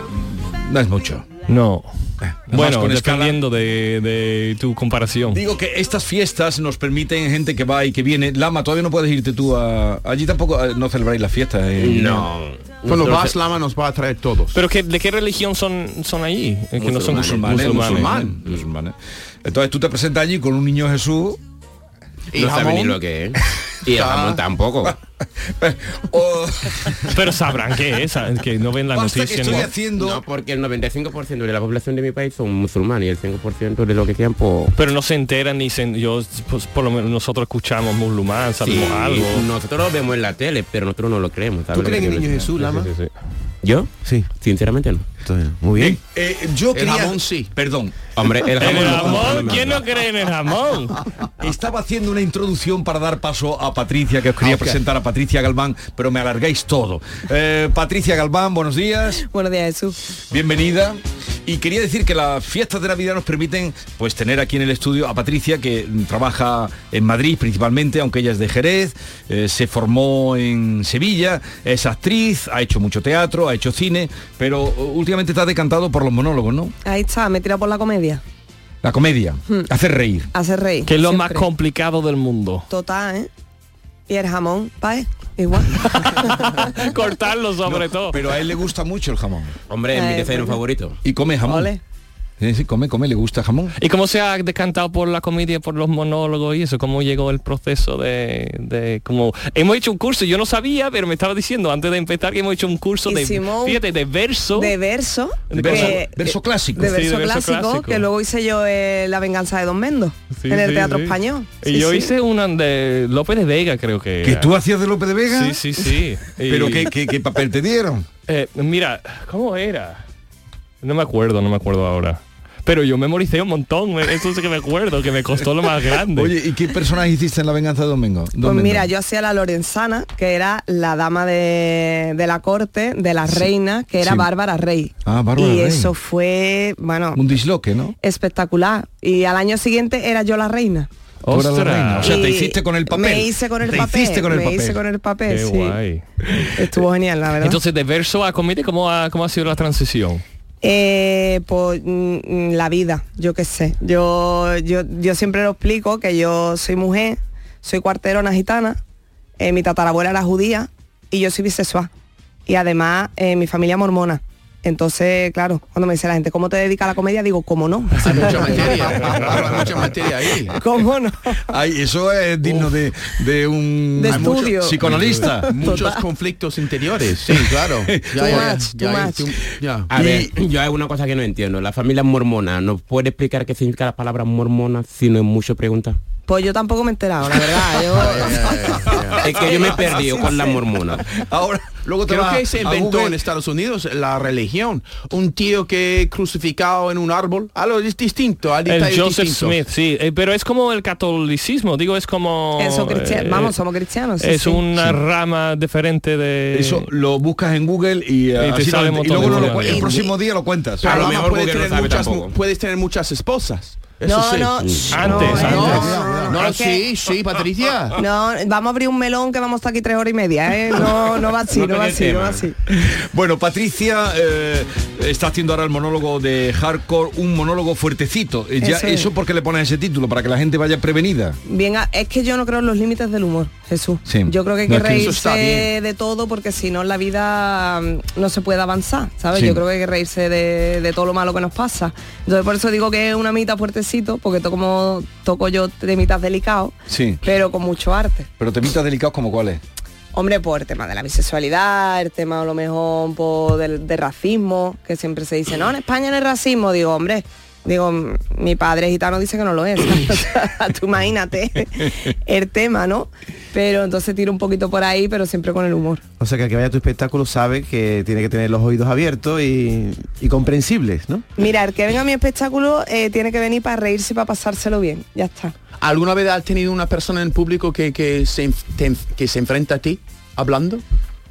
[SPEAKER 1] No es mucho. Eh,
[SPEAKER 2] No. Bueno, con dependiendo de, de, tu comparación.
[SPEAKER 1] Digo que estas fiestas nos permiten gente que va y que viene. Lama, todavía no puedes irte tú a... Allí tampoco a, no celebráis la fiesta. Eh?
[SPEAKER 3] No.
[SPEAKER 1] Cuando vas, se... Lama nos va a traer todos. (laughs)
[SPEAKER 2] ¿Pero que, de qué religión son, son allí?
[SPEAKER 1] Eh, que no son musulmanes. Musulmanes, ¿eh? musulmanes. Entonces tú te presentas allí con un niño Jesús
[SPEAKER 5] y no sabe ni lo que es. Y el jamón tampoco.
[SPEAKER 1] O-
[SPEAKER 2] (laughs) Pero sabrán que es, que no ven la
[SPEAKER 1] Basta Oh. que
[SPEAKER 2] noticia.
[SPEAKER 1] estoy
[SPEAKER 2] ¿no?
[SPEAKER 1] haciendo-
[SPEAKER 5] No, porque el 95% de la población de mi país son musulmanes y el 5% de lo que quieran, pues...
[SPEAKER 2] Pero no se enteran ni se, yo, pues, por lo menos nosotros escuchamos musulmán, sabemos
[SPEAKER 5] sí,
[SPEAKER 2] algo.
[SPEAKER 5] Nosotros lo vemos en la tele, pero nosotros no lo creemos. ¿sabes
[SPEAKER 1] ¿Tú
[SPEAKER 5] lo que
[SPEAKER 1] crees en el
[SPEAKER 5] quiero
[SPEAKER 1] niño
[SPEAKER 5] decir?
[SPEAKER 1] Jesús, Lama?
[SPEAKER 5] Sí, sí, sí. ¿Yo? Sí. Sinceramente no.
[SPEAKER 1] Muy bien. yo quería...
[SPEAKER 3] jamón sí.
[SPEAKER 1] Eh, Perdón.
[SPEAKER 5] Hombre,
[SPEAKER 1] (laughs)
[SPEAKER 2] (laughs)
[SPEAKER 5] el jamón...
[SPEAKER 2] ¿El
[SPEAKER 5] no.
[SPEAKER 2] jamón? ¿Quién no cree en el jamón?
[SPEAKER 1] Estaba haciendo una introducción para dar paso a Patricia, que os
[SPEAKER 5] Ah,
[SPEAKER 1] quería presentar a Patricia Galván, pero me alargáis todo. Eh, Patricia Galván, buenos días.
[SPEAKER 24] Buenos días, Jesús.
[SPEAKER 1] Bienvenida. Y quería decir que las fiestas de Navidad nos permiten pues tener aquí en el estudio a Patricia, que mm, trabaja en Madrid principalmente, aunque ella es de Jerez, eh, se formó en Sevilla, es actriz, ha hecho mucho teatro, ha hecho cine, pero eh, últimamente está decantado por los monólogos, ¿no?
[SPEAKER 24] Ahí está, me tira por la comedia.
[SPEAKER 1] La comedia,
[SPEAKER 24] Hmm.
[SPEAKER 1] hacer reír.
[SPEAKER 24] Hacer reír.
[SPEAKER 2] Que es lo más
[SPEAKER 24] siempre.
[SPEAKER 2] complicado del mundo.
[SPEAKER 24] Total, ¿eh? Y el jamón, pae, igual.
[SPEAKER 2] (laughs) Cortarlo sobre todo.
[SPEAKER 1] Pero a él le gusta mucho el jamón.
[SPEAKER 5] Hombre, es mi
[SPEAKER 24] Eh,
[SPEAKER 5] desayuno
[SPEAKER 24] bueno.
[SPEAKER 5] favorito.
[SPEAKER 1] Y come jamón.
[SPEAKER 24] Ole.
[SPEAKER 1] Sí, sí, come, come, le gusta jamón.
[SPEAKER 2] ¿Y cómo se ha decantado por la comedia, por los monólogos y eso? ¿Cómo llegó el proceso de, de como hemos hecho un curso? Yo no sabía, pero me estaba diciendo antes de empezar que hemos hecho un curso de
[SPEAKER 24] Hicimos un-
[SPEAKER 2] fíjate de verso.
[SPEAKER 24] De verso.
[SPEAKER 2] (laughs) De
[SPEAKER 24] que-
[SPEAKER 2] verso- verso clásico.
[SPEAKER 24] De
[SPEAKER 2] Sí,
[SPEAKER 24] verso,
[SPEAKER 2] de verso
[SPEAKER 24] clásico,
[SPEAKER 2] clásico.
[SPEAKER 24] que luego hice yo eh, La venganza de Don Mendo
[SPEAKER 2] Sí,
[SPEAKER 24] en el
[SPEAKER 2] sí,
[SPEAKER 24] Teatro
[SPEAKER 2] sí.
[SPEAKER 24] Español. Pues
[SPEAKER 2] Y
[SPEAKER 24] Sí,
[SPEAKER 2] yo
[SPEAKER 24] sí.
[SPEAKER 2] hice una de López de Vega, creo que.
[SPEAKER 1] ¿Que
[SPEAKER 2] era.
[SPEAKER 1] tú hacías de López de Vega?
[SPEAKER 2] Sí, sí, sí. Y-
[SPEAKER 1] (laughs) ¿Pero qué, qué- qué papel te dieron?
[SPEAKER 2] Eh, mira, ¿cómo era? No me acuerdo, no me acuerdo ahora. Pero yo memoricé un montón, eh, eso sí que me acuerdo, que me costó lo
[SPEAKER 24] (laughs)
[SPEAKER 2] más grande.
[SPEAKER 1] Oye, ¿y qué personaje hiciste en La Venganza de Domingo?
[SPEAKER 24] Pues mira, yo hacía la Lorenzana, que era la dama de, de la corte, de la reina, que era
[SPEAKER 1] sí.
[SPEAKER 24] Bárbara Rey.
[SPEAKER 1] Ah, Bárbara
[SPEAKER 24] Y
[SPEAKER 1] Rey.
[SPEAKER 24] eso fue, bueno,
[SPEAKER 1] Un disloque, ¿no?
[SPEAKER 24] espectacular. Y al año siguiente era yo la reina.
[SPEAKER 1] Tú eras la
[SPEAKER 2] Ostras.
[SPEAKER 1] reina. O sea, te
[SPEAKER 24] Y
[SPEAKER 1] hiciste con el papel.
[SPEAKER 24] Me hice con el
[SPEAKER 1] Te
[SPEAKER 24] papel.
[SPEAKER 1] hiciste con el
[SPEAKER 24] me
[SPEAKER 1] papel.
[SPEAKER 24] hice con el papel,
[SPEAKER 2] Qué
[SPEAKER 24] sí.
[SPEAKER 2] guay.
[SPEAKER 24] Estuvo genial, la verdad.
[SPEAKER 2] Entonces, de verso a comedia, ¿cómo ha, cómo ha sido la transición?
[SPEAKER 24] Eh, pues mm, mm, la vida, yo qué sé. Yo, yo, yo siempre lo explico que yo soy mujer, soy cuarterona gitana, eh, mi tatarabuela era judía y yo soy bisexual. Y además eh, mi familia mormona. Entonces, claro, cuando me dice la gente, ¿cómo te dedicas a la comedia? Digo, ¿cómo
[SPEAKER 2] (laughs)
[SPEAKER 24] no?
[SPEAKER 3] Hay mucha
[SPEAKER 24] (laughs)
[SPEAKER 3] materia. Hay mucha materia ahí.
[SPEAKER 24] ¿Cómo no?
[SPEAKER 1] Ay, eso es digno de, de un
[SPEAKER 24] De
[SPEAKER 1] Hay mucho-
[SPEAKER 24] estudio.
[SPEAKER 1] psicoanalista.
[SPEAKER 3] Muchos conflictos interiores. Sí, claro.
[SPEAKER 24] (laughs) Too much, too
[SPEAKER 3] ya,
[SPEAKER 24] much.
[SPEAKER 3] too- ya.
[SPEAKER 5] A ver, yo hay una cosa que no entiendo. La familia mormona, ¿nos puede explicar qué significa la palabra mormona si no es mucho preguntar?
[SPEAKER 2] (laughs)
[SPEAKER 24] Pues yo tampoco me he enterado, la verdad. Yo-
[SPEAKER 5] Es que yo me he perdido con la mormona.
[SPEAKER 3] Ahora, luego
[SPEAKER 5] te
[SPEAKER 3] creo
[SPEAKER 5] vas
[SPEAKER 3] que se
[SPEAKER 5] a
[SPEAKER 3] inventó
[SPEAKER 5] Google.
[SPEAKER 3] en Estados Unidos la religión. Un tío que crucificado en un árbol, algo dis- distinto, hay
[SPEAKER 2] El
[SPEAKER 3] detalles
[SPEAKER 2] Joseph
[SPEAKER 3] distintos.
[SPEAKER 2] Smith, sí, eh, pero es como el catolicismo, digo, es como...
[SPEAKER 24] Eso, cristian-
[SPEAKER 2] eh,
[SPEAKER 24] vamos, somos cristianos. sí,
[SPEAKER 2] es
[SPEAKER 24] sí.
[SPEAKER 2] una rama diferente de...
[SPEAKER 1] Eso lo buscas en Google y, eh,
[SPEAKER 2] te
[SPEAKER 1] así
[SPEAKER 2] sale
[SPEAKER 1] lo-
[SPEAKER 2] un
[SPEAKER 1] y
[SPEAKER 2] montón
[SPEAKER 1] luego
[SPEAKER 2] de
[SPEAKER 1] no lo
[SPEAKER 2] material.
[SPEAKER 1] cu- el próximo día lo cuentas.
[SPEAKER 3] Pero además puedes, tener muchas, puedes tener muchas esposas. Eso
[SPEAKER 24] No,
[SPEAKER 3] sí.
[SPEAKER 24] no, eh,
[SPEAKER 3] Antes,
[SPEAKER 24] antes.
[SPEAKER 3] No, no,
[SPEAKER 24] Es
[SPEAKER 3] sí,
[SPEAKER 24] que-
[SPEAKER 3] sí, Patricia.
[SPEAKER 24] No, vamos a abrir un melón que vamos a estar aquí tres horas y media, ¿eh? No, no va así, no, va así, no va así.
[SPEAKER 1] Bueno, Patricia eh, está haciendo ahora el monólogo de hardcore, un monólogo fuertecito. Eh, ya,
[SPEAKER 24] Eso
[SPEAKER 1] eso,
[SPEAKER 24] es.
[SPEAKER 1] porque le pones ese título, para que la gente vaya prevenida.
[SPEAKER 24] Bien, a- es que yo no creo en los límites del humor, Jesús.
[SPEAKER 1] Sí.
[SPEAKER 24] Yo creo que hay
[SPEAKER 1] No,
[SPEAKER 24] que
[SPEAKER 1] es que eso está
[SPEAKER 24] reírse
[SPEAKER 1] bien.
[SPEAKER 24] de todo porque si no la vida mm, no se puede avanzar, ¿sabes?
[SPEAKER 1] Sí.
[SPEAKER 24] Yo creo que hay que reírse de, de todo lo malo que nos pasa. Entonces por eso digo que es una mitad fuertecito, porque to- como toco yo de mitad delicado,
[SPEAKER 1] Sí.
[SPEAKER 24] pero con mucho arte.
[SPEAKER 1] Pero temitas delicados como cuáles.
[SPEAKER 24] Hombre, por el tema de la bisexualidad, el tema a lo mejor por del- de racismo, que siempre se dice, no, en España no hay racismo, digo, hombre, digo, "m- mi padre gitano dice que no lo es. (laughs) O sea, Tú imagínate el tema, ¿no? Pero entonces tiro un poquito por ahí, pero siempre con el humor.
[SPEAKER 4] O sea que el que vaya a tu espectáculo sabe que tiene que tener los oídos abiertos y, y comprensibles, ¿no?
[SPEAKER 24] Mira, el que venga a mi espectáculo eh, tiene que venir para reírse y para pasárselo bien. Ya está.
[SPEAKER 3] ¿Alguna vez has tenido una persona en público que, que, se, enf- te enf- que se enfrenta a ti hablando?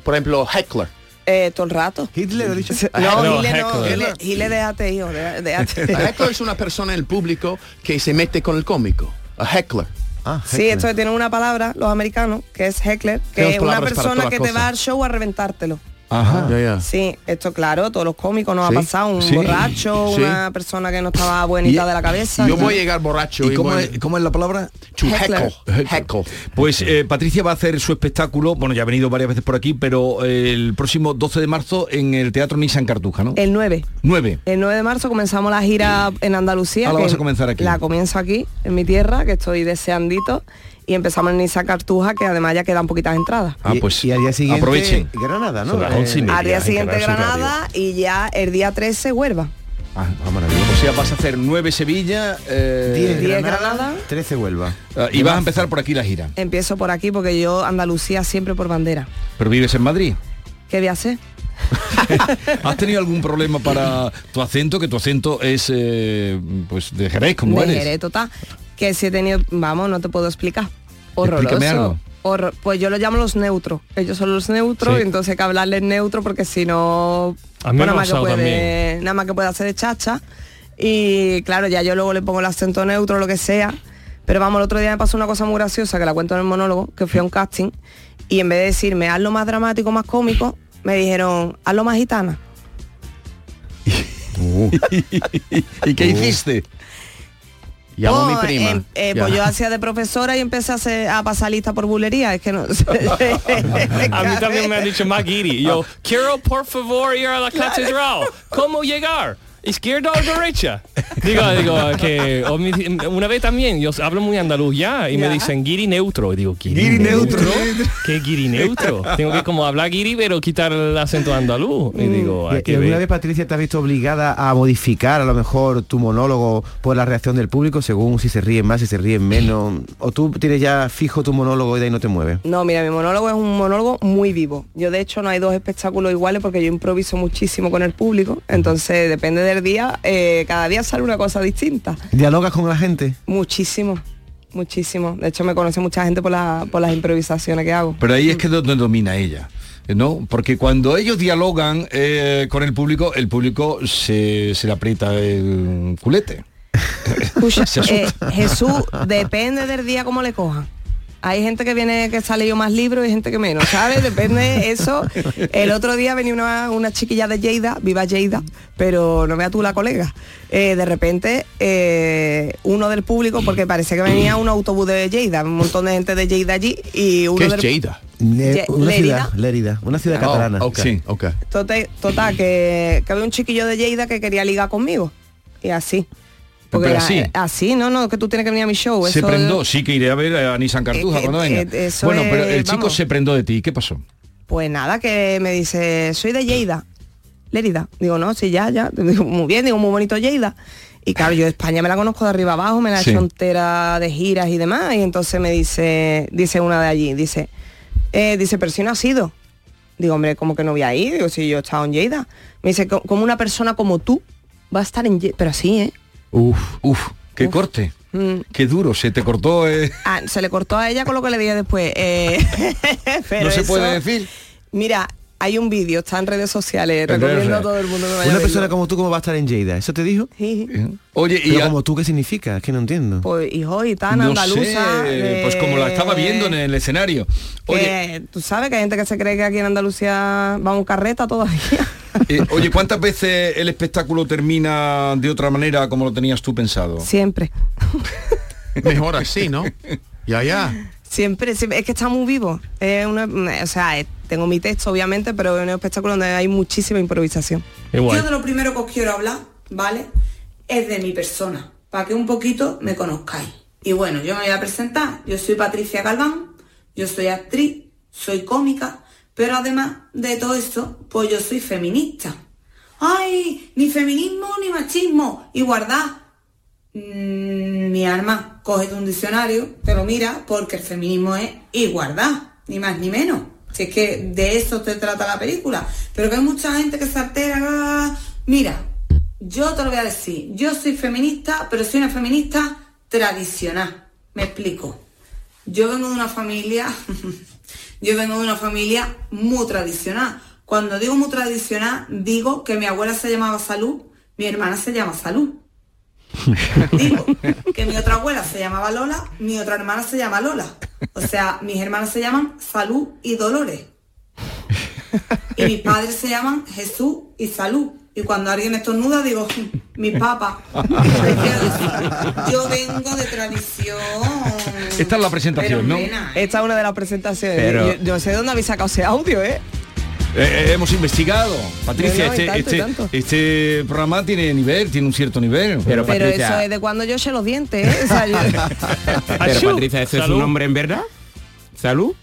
[SPEAKER 3] Por ejemplo, Heckler.
[SPEAKER 24] Eh, todo el rato.
[SPEAKER 4] ¿Hitler ha dicho?
[SPEAKER 3] Ah,
[SPEAKER 24] No, Hitler no, Hitler- Hitler, déjate, hijo, de-
[SPEAKER 3] (laughs)
[SPEAKER 24] (laughs) déjate.
[SPEAKER 3] A heckler es una persona en el público que se mete con el cómico. A heckler.
[SPEAKER 1] Ah,
[SPEAKER 24] Sí, esto tienen una palabra, los americanos, que es heckler,
[SPEAKER 3] Tenemos
[SPEAKER 24] que es una
[SPEAKER 3] palabras para
[SPEAKER 24] persona
[SPEAKER 3] toda
[SPEAKER 24] que te
[SPEAKER 3] cosa.
[SPEAKER 24] va al show a reventártelo.
[SPEAKER 3] Ajá. Ah, Ya, ya.
[SPEAKER 24] Sí, esto claro, todos los cómicos nos
[SPEAKER 3] Sí,
[SPEAKER 24] ha pasado, un
[SPEAKER 3] sí,
[SPEAKER 24] borracho,
[SPEAKER 3] sí.
[SPEAKER 24] una persona que no estaba buenita
[SPEAKER 1] Y-
[SPEAKER 24] de la cabeza.
[SPEAKER 3] Yo voy a llegar borracho.
[SPEAKER 1] ¿Y cómo es- la palabra?
[SPEAKER 3] To
[SPEAKER 24] Heckler.
[SPEAKER 3] heckle. Heckle.
[SPEAKER 1] Pues eh, Patricia va a hacer su espectáculo, bueno, ya ha venido varias veces por aquí, pero eh, el próximo 12 de marzo en el Teatro Nissan Cartuja, ¿no?
[SPEAKER 24] El 9.
[SPEAKER 1] 9.
[SPEAKER 24] El 9 de marzo comenzamos la gira en Andalucía.
[SPEAKER 1] Ah, la
[SPEAKER 24] que
[SPEAKER 1] vas a comenzar aquí.
[SPEAKER 24] La comienzo aquí, en mi tierra, que estoy deseandito. Y empezamos en Niza Cartuja, que además ya quedan poquitas entradas.
[SPEAKER 1] Ah, pues
[SPEAKER 4] y al día siguiente
[SPEAKER 1] aprovechen.
[SPEAKER 4] Granada, ¿no?
[SPEAKER 1] Son las
[SPEAKER 4] Eh,
[SPEAKER 1] 11 y media
[SPEAKER 24] Al día
[SPEAKER 1] en
[SPEAKER 24] siguiente
[SPEAKER 1] Canal Sur Radio.
[SPEAKER 24] Granada y ya el día 13 Huelva.
[SPEAKER 1] Ah, O sea, vas a hacer 9 Sevilla, 10
[SPEAKER 24] 10 Granada.
[SPEAKER 4] 13 Huelva.
[SPEAKER 1] y vas a empezar por aquí la gira.
[SPEAKER 24] Empiezo por aquí porque yo Andalucía siempre por bandera.
[SPEAKER 1] Pero vives en Madrid.
[SPEAKER 24] ¿Qué voy a hacer?
[SPEAKER 1] ¿Has tenido algún problema para tu acento? Que tu acento es eh, pues de Jerez, como
[SPEAKER 24] de
[SPEAKER 1] eres.
[SPEAKER 24] Jerez, total. Que si he tenido, vamos, no te puedo explicar.
[SPEAKER 1] Explícame algo.
[SPEAKER 24] Horroroso. Horror- pues yo lo llamo los neutros. Ellos son los neutros,
[SPEAKER 1] Sí.
[SPEAKER 24] y entonces hay que hablarles neutro porque si no, pues
[SPEAKER 2] A mí me ha
[SPEAKER 24] nada, más que
[SPEAKER 2] pasado
[SPEAKER 24] puede, nada más que puede hacer de chacha. Y claro, ya yo luego le pongo el acento neutro, lo que sea. Pero vamos, el otro día me pasó una cosa muy graciosa que la cuento en el monólogo, que fui a un casting y en vez de decirme hazlo más dramático, más cómico, me dijeron hazlo más gitana.
[SPEAKER 1] (laughs) ¿Y qué hiciste?
[SPEAKER 3] Llamo a mi
[SPEAKER 24] No,
[SPEAKER 3] prima.
[SPEAKER 24] em- eh, pues
[SPEAKER 3] Ya.
[SPEAKER 24] yo hacía de profesora y empecé a, hacer- a pasar lista por bulería. Es que no. (laughs)
[SPEAKER 2] A mí también me han dicho Maguiri. Yo, quiero por favor ir a la catedral. ¿Cómo llegar? ¿Izquierda o derecha? Digo, digo, que o me dicen- una vez también, yo hablo muy andaluz ya y me dicen guiri neutro. Y digo, ¿guiri, neutro? ¿Qué guiri
[SPEAKER 1] (laughs)
[SPEAKER 2] neutro? Tengo que como hablar guiri pero quitar el acento andaluz. Y digo, Pues hay
[SPEAKER 4] ¿Y, y
[SPEAKER 2] que
[SPEAKER 4] alguna
[SPEAKER 2] ver.
[SPEAKER 4] vez, Patricia, te has visto obligada a modificar a lo mejor tu monólogo por la reacción del público según si se ríen más, si se ríen menos? ¿O tú tienes ya fijo tu monólogo y de ahí no te mueves?
[SPEAKER 24] No, mira, mi monólogo es un monólogo muy vivo. Yo de hecho no hay dos espectáculos iguales porque yo improviso muchísimo con el público. Entonces depende del día, eh, cada día sale una cosa distinta.
[SPEAKER 4] ¿Dialogas con la gente?
[SPEAKER 24] Muchísimo, muchísimo. De hecho me conoce mucha gente por, la- por las improvisaciones que hago.
[SPEAKER 1] Pero ahí es que donde domina ella. ¿No? Porque cuando ellos dialogan eh, con el público, el público se, se le aprieta el culete. (laughs)
[SPEAKER 24] Escucha,
[SPEAKER 1] Se asusta.
[SPEAKER 24] eh, Jesús, depende del día cómo le coja. Hay gente que viene que sale yo más libro y gente que menos, ¿sabes? Depende eso. El otro día venía una, una chiquilla de Lleida, viva Lleida, pero no vea tú la colega. Eh, de repente, eh, uno del público, porque parece que venía un autobús de Lleida, un montón de gente de Lleida allí y uno
[SPEAKER 4] ¿Qué es
[SPEAKER 24] del-
[SPEAKER 4] Lleida? Ne-
[SPEAKER 24] Ye-
[SPEAKER 4] una
[SPEAKER 24] Lérida.
[SPEAKER 4] ciudad, Lérida, una ciudad
[SPEAKER 3] Oh,
[SPEAKER 4] catalana.
[SPEAKER 3] ok, Sí. ok.
[SPEAKER 24] Total, total, que, que había un chiquillo de Lleida que quería ligar conmigo. Y así. Porque
[SPEAKER 1] Pero
[SPEAKER 24] era- eh,
[SPEAKER 1] así.
[SPEAKER 24] así, no, no, que tú tienes que venir a mi
[SPEAKER 1] (laughs)
[SPEAKER 24] show.
[SPEAKER 1] se
[SPEAKER 24] eso-
[SPEAKER 1] prendó, sí que iré a ver a Nissan Cartuja
[SPEAKER 24] Eh,
[SPEAKER 1] cuando
[SPEAKER 24] eh,
[SPEAKER 1] venga.
[SPEAKER 24] eh, eso
[SPEAKER 1] bueno, pero
[SPEAKER 24] es-
[SPEAKER 1] el chico
[SPEAKER 24] vamos.
[SPEAKER 1] se prendó de ti, ¿qué pasó?
[SPEAKER 24] Pues nada, que me dice, soy de Lleida. Lérida. Digo, no, sí, ya, (laughs) ya. Digo, muy bien, digo, muy bonito Lleida. Y claro, yo España me la conozco de arriba abajo, me la he
[SPEAKER 18] Sí.
[SPEAKER 24] hecho entera de giras y demás. Y entonces me dice, dice una de allí, dice, eh, dice, pero si no has ido. Digo, hombre, ¿cómo que no voy a ir? Digo, si yo he estado en Lleida. Me dice, "Co- como una persona como tú va a estar en Lleida. Pero así, ¿eh?
[SPEAKER 1] Uf, uf, qué corte.
[SPEAKER 24] Mm.
[SPEAKER 1] Qué duro, se te cortó. eh.
[SPEAKER 24] Ah, se le cortó a ella con lo que le dije después. eh, (laughs) pero
[SPEAKER 1] No se puede
[SPEAKER 24] decir. Mira, hay un vídeo, está en redes sociales,
[SPEAKER 4] En redes
[SPEAKER 24] recomiendo
[SPEAKER 4] sociales.
[SPEAKER 24] a todo el mundo que vaya a
[SPEAKER 4] Una
[SPEAKER 24] verlo.
[SPEAKER 4] persona como tú, ¿cómo va a estar en Lleida? ¿Eso te dijo?
[SPEAKER 24] Sí.
[SPEAKER 1] Oye,
[SPEAKER 4] y como tú, ¿qué significa? Es que no entiendo.
[SPEAKER 24] Pues hijo gitana,
[SPEAKER 1] no
[SPEAKER 24] andaluza.
[SPEAKER 1] sé,
[SPEAKER 24] eh,
[SPEAKER 1] pues como la estaba viendo en el escenario.
[SPEAKER 24] Oye. Tú sabes que hay gente que se cree que aquí en Andalucía vamos carreta todavía.
[SPEAKER 1] Eh, oye, ¿cuántas veces el espectáculo termina de otra manera como lo tenías tú pensado?
[SPEAKER 24] Siempre.
[SPEAKER 1] Mejor así, ¿no?
[SPEAKER 3] Ya, ya.
[SPEAKER 24] Siempre, siempre. es que está muy vivo. Es una- o sea, eh, tengo mi texto, obviamente, pero es un espectáculo donde hay muchísima improvisación.
[SPEAKER 18] Yo de lo primero que os quiero hablar, ¿vale? Es de mi persona, para que un poquito me conozcáis. Y bueno, yo me voy a presentar. Yo soy Patricia Galván, yo soy actriz, soy cómica, pero además de todo esto, pues yo soy feminista. ¡Ay! Ni feminismo ni machismo. Y guardad, mm, mi alma, cógete un diccionario, te lo mira, porque el feminismo es igualdad, ni más ni menos. Si es que de eso te trata la película. Pero que hay mucha gente que se altera. bla, bla, bla. Mira, yo te lo voy a decir. Yo soy feminista, pero soy una feminista tradicional. Me explico. Yo vengo de una familia, (laughs) yo vengo de una familia muy tradicional. Cuando digo muy tradicional, digo que mi abuela se llamaba Salud, mi hermana se llama Salud que mi otra abuela se llamaba Lola, mi otra hermana se llama Lola. O sea, mis hermanas se llaman Salud y Dolores. Y mis padres se llaman Jesús y Salud. Y cuando alguien estornuda digo, mi papá. Yo vengo de
[SPEAKER 1] (laughs)
[SPEAKER 18] tradición. ¿eh?
[SPEAKER 1] Esta es la presentación, ¿no?
[SPEAKER 24] Esta es una de las presentaciones.
[SPEAKER 1] Pero-
[SPEAKER 24] Yo, yo sé dónde habéis sacado ese audio, ¿eh?
[SPEAKER 1] Eh, eh, hemos investigado. Patricia,
[SPEAKER 24] No, no, y
[SPEAKER 1] este,
[SPEAKER 24] tanto, y
[SPEAKER 1] este-
[SPEAKER 24] tanto.
[SPEAKER 1] este programa tiene nivel, tiene un cierto nivel. Pero,
[SPEAKER 24] Pero eso es de cuando yo eché los dientes, ¿eh? O sea, yo-
[SPEAKER 1] (laughs)
[SPEAKER 5] Pero Patricia, ¿ese es
[SPEAKER 1] Salud.
[SPEAKER 5] un nombre en verdad? ¿Salud?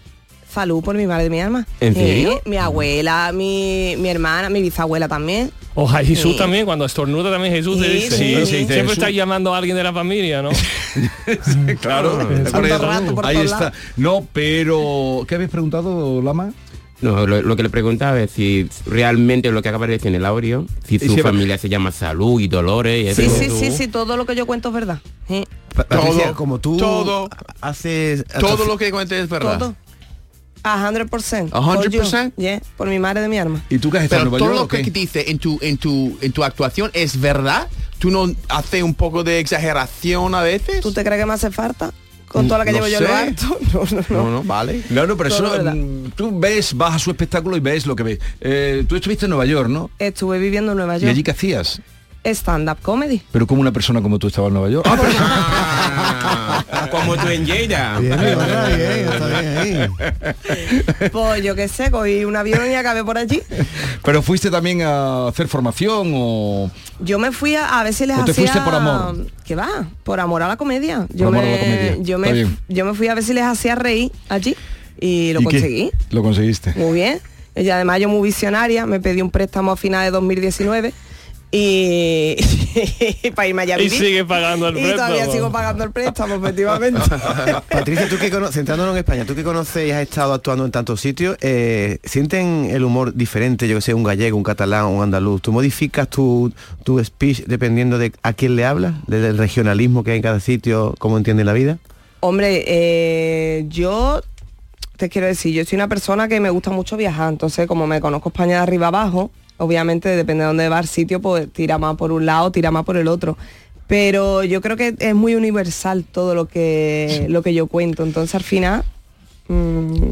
[SPEAKER 24] Salud por mi madre y mi alma.
[SPEAKER 5] ¿En
[SPEAKER 24] Sí,
[SPEAKER 5] serio?
[SPEAKER 24] mi abuela, mi, mi hermana, mi bisabuela también.
[SPEAKER 2] O a Jesús
[SPEAKER 24] Sí.
[SPEAKER 2] también, cuando estornuda también Jesús te
[SPEAKER 24] Sí,
[SPEAKER 2] dice.
[SPEAKER 24] sí, sí.
[SPEAKER 2] Siempre
[SPEAKER 1] Jesús.
[SPEAKER 2] está llamando a alguien de la familia, ¿no?
[SPEAKER 1] claro, por eso. ahí está. No, pero ¿qué habéis preguntado, Lama?
[SPEAKER 5] No, lo, lo que le preguntaba es si realmente lo que acaba de decir en el audio, si
[SPEAKER 1] Y
[SPEAKER 5] su
[SPEAKER 1] si va-
[SPEAKER 5] familia se llama Salud y Dolores y
[SPEAKER 24] Sí,
[SPEAKER 5] eso.
[SPEAKER 24] sí, sí, sí, todo lo que yo cuento es verdad. ¿eh? Sí.
[SPEAKER 4] Pa- Patricia,
[SPEAKER 5] Todo,
[SPEAKER 4] como tú
[SPEAKER 5] todo,
[SPEAKER 4] haces
[SPEAKER 3] Todo lo que cuentes es verdad.
[SPEAKER 24] Todo. A 100%.
[SPEAKER 3] A 100%?
[SPEAKER 24] Por you. Yeah, (laughs) ¿eh? por mi madre de mi alma.
[SPEAKER 1] ¿Y tú qué
[SPEAKER 3] Pero todo lo que dice en tu, en, tu, en tu actuación es verdad. ¿Tú no haces un poco de exageración a veces? ¿Tú
[SPEAKER 24] te crees que me hace falta? Con todo lo que llevo yo en lo harto.
[SPEAKER 1] No, no, vale. No, no, pero
[SPEAKER 24] Todo
[SPEAKER 1] eso,
[SPEAKER 24] verdad.
[SPEAKER 1] mm, tú ves, vas a su espectáculo y ves lo que ves. Eh, tú estuviste en Nueva York, ¿no?
[SPEAKER 24] Estuve viviendo en Nueva
[SPEAKER 1] ¿Y
[SPEAKER 24] York.
[SPEAKER 1] allí qué hacías?
[SPEAKER 24] Stand-up comedy.
[SPEAKER 1] (laughs) Pero como una persona como tú estaba en Nueva York. Ah, (laughs)
[SPEAKER 5] Como tú en Lleida.
[SPEAKER 24] Pues yo qué sé, cogí un avión y acabé por allí.
[SPEAKER 1] Pero fuiste también a hacer formación o...
[SPEAKER 24] Yo me fui a, a ver si les
[SPEAKER 1] ¿O Pues te
[SPEAKER 24] hacía...
[SPEAKER 1] fuiste por amor?
[SPEAKER 24] ¿Qué va? Por amor a la comedia.
[SPEAKER 1] Por
[SPEAKER 24] Yo,
[SPEAKER 1] amor
[SPEAKER 24] me,
[SPEAKER 1] a la comedia.
[SPEAKER 24] Yo,
[SPEAKER 1] Está
[SPEAKER 24] me,
[SPEAKER 1] bien.
[SPEAKER 24] yo me fui a ver si les hacía reír allí y lo
[SPEAKER 1] ¿Y qué?
[SPEAKER 24] conseguí.
[SPEAKER 1] Lo conseguiste.
[SPEAKER 24] Muy bien. Y además yo muy visionaria, me pedí un préstamo a finales de 2019 y, (laughs) para irme allá a
[SPEAKER 2] Y
[SPEAKER 24] vivir.
[SPEAKER 2] sigue pagando el
[SPEAKER 24] Y todavía
[SPEAKER 2] préstamo.
[SPEAKER 24] sigo pagando el préstamo, efectivamente.
[SPEAKER 2] (laughs)
[SPEAKER 4] Patricia, tú que conoces, centrándonos en España, tú que conoces y has estado actuando en tantos sitios, eh, ¿sienten el humor diferente, yo que sé, un gallego, un catalán, un andaluz? ¿Tú modificas tu, tu speech dependiendo de a quién le hablas? ¿Desde el regionalismo que hay en cada sitio, cómo entienden la vida?
[SPEAKER 24] Hombre, eh, yo te quiero decir, yo soy una persona que me gusta mucho viajar, entonces como me conozco España de arriba abajo, obviamente depende de dónde va el sitio, pues tira más por un lado, tira más por el otro. Pero yo creo que es muy universal todo lo que, lo que yo cuento, entonces al final, mm,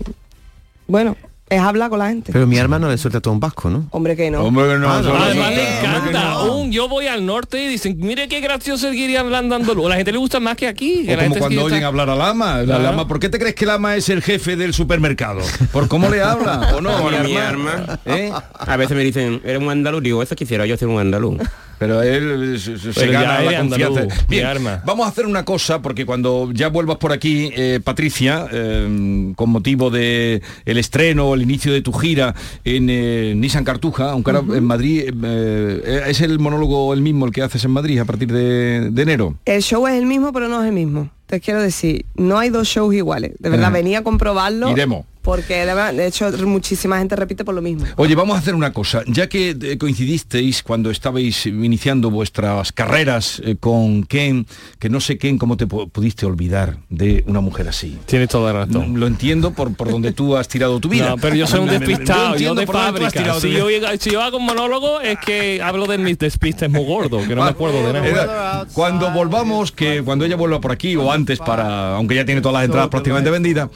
[SPEAKER 24] bueno, es hablar con la gente.
[SPEAKER 4] Pero mi arma no le suelta todo un vasco, ¿no?
[SPEAKER 24] Hombre que no.
[SPEAKER 4] Hombre que no, eso no.
[SPEAKER 2] Además
[SPEAKER 4] Hombre
[SPEAKER 1] Ah,
[SPEAKER 2] le
[SPEAKER 4] que
[SPEAKER 2] encanta.
[SPEAKER 4] no.
[SPEAKER 2] Un, yo voy al norte y dicen, mire qué gracioso el guiri hablando andaluz. A la gente le gusta más que aquí. que
[SPEAKER 1] O
[SPEAKER 2] la
[SPEAKER 1] como
[SPEAKER 2] gente es que
[SPEAKER 1] cuando oyen
[SPEAKER 2] está-
[SPEAKER 1] hablar a Lama. La
[SPEAKER 2] Claro.
[SPEAKER 1] Lama, ¿Por qué te crees que Lama es el jefe del supermercado? ¿Por cómo le
[SPEAKER 5] (laughs)
[SPEAKER 1] habla? ¿O no?
[SPEAKER 5] Por
[SPEAKER 1] mi
[SPEAKER 5] mi
[SPEAKER 1] arma.
[SPEAKER 5] arma. ¿eh? A veces me dicen, eres un andaluz. Digo, eso quisiera yo ser un andaluz.
[SPEAKER 1] Pero él se gana la confianza. Bien, vamos a hacer una cosa, porque cuando ya vuelvas por aquí, eh, Patricia, eh, con motivo de el estreno, el inicio de tu gira en eh, Nissan Cartuja, aunque ahora en Madrid, eh, es el monólogo el mismo el que haces en Madrid a partir de, de enero.
[SPEAKER 24] El show es el mismo, pero no es el mismo. Te quiero decir, no hay dos shows iguales. De verdad,
[SPEAKER 1] Ajá.
[SPEAKER 24] venía a comprobarlo.
[SPEAKER 1] Iremos.
[SPEAKER 24] Porque de verdad, de hecho muchísima gente repite por lo mismo.
[SPEAKER 1] Oye, vamos a hacer una cosa. Ya que eh, coincidisteis cuando estabais iniciando vuestras carreras eh, con Ken, que no sé Ken cómo te pu- pudiste olvidar de una mujer así.
[SPEAKER 2] Tienes toda la razón.
[SPEAKER 1] Lo entiendo por, por donde tú has tirado tu vida.
[SPEAKER 2] No, pero yo
[SPEAKER 1] (laughs)
[SPEAKER 2] soy un
[SPEAKER 1] Me- me- me-
[SPEAKER 2] despistado, yo
[SPEAKER 1] entiendo
[SPEAKER 2] de
[SPEAKER 1] por dónde tú has
[SPEAKER 2] fábrica.
[SPEAKER 1] tirado tu
[SPEAKER 2] Si
[SPEAKER 1] vida.
[SPEAKER 2] yo, si yo hago un monólogo es que hablo de mis despistes muy gordo, que no me acuerdo de nada.
[SPEAKER 1] Ah, Era, cuando volvamos, que cuando ella vuelva por aquí o antes para, aunque ya tiene todas las entradas prácticamente vendidas,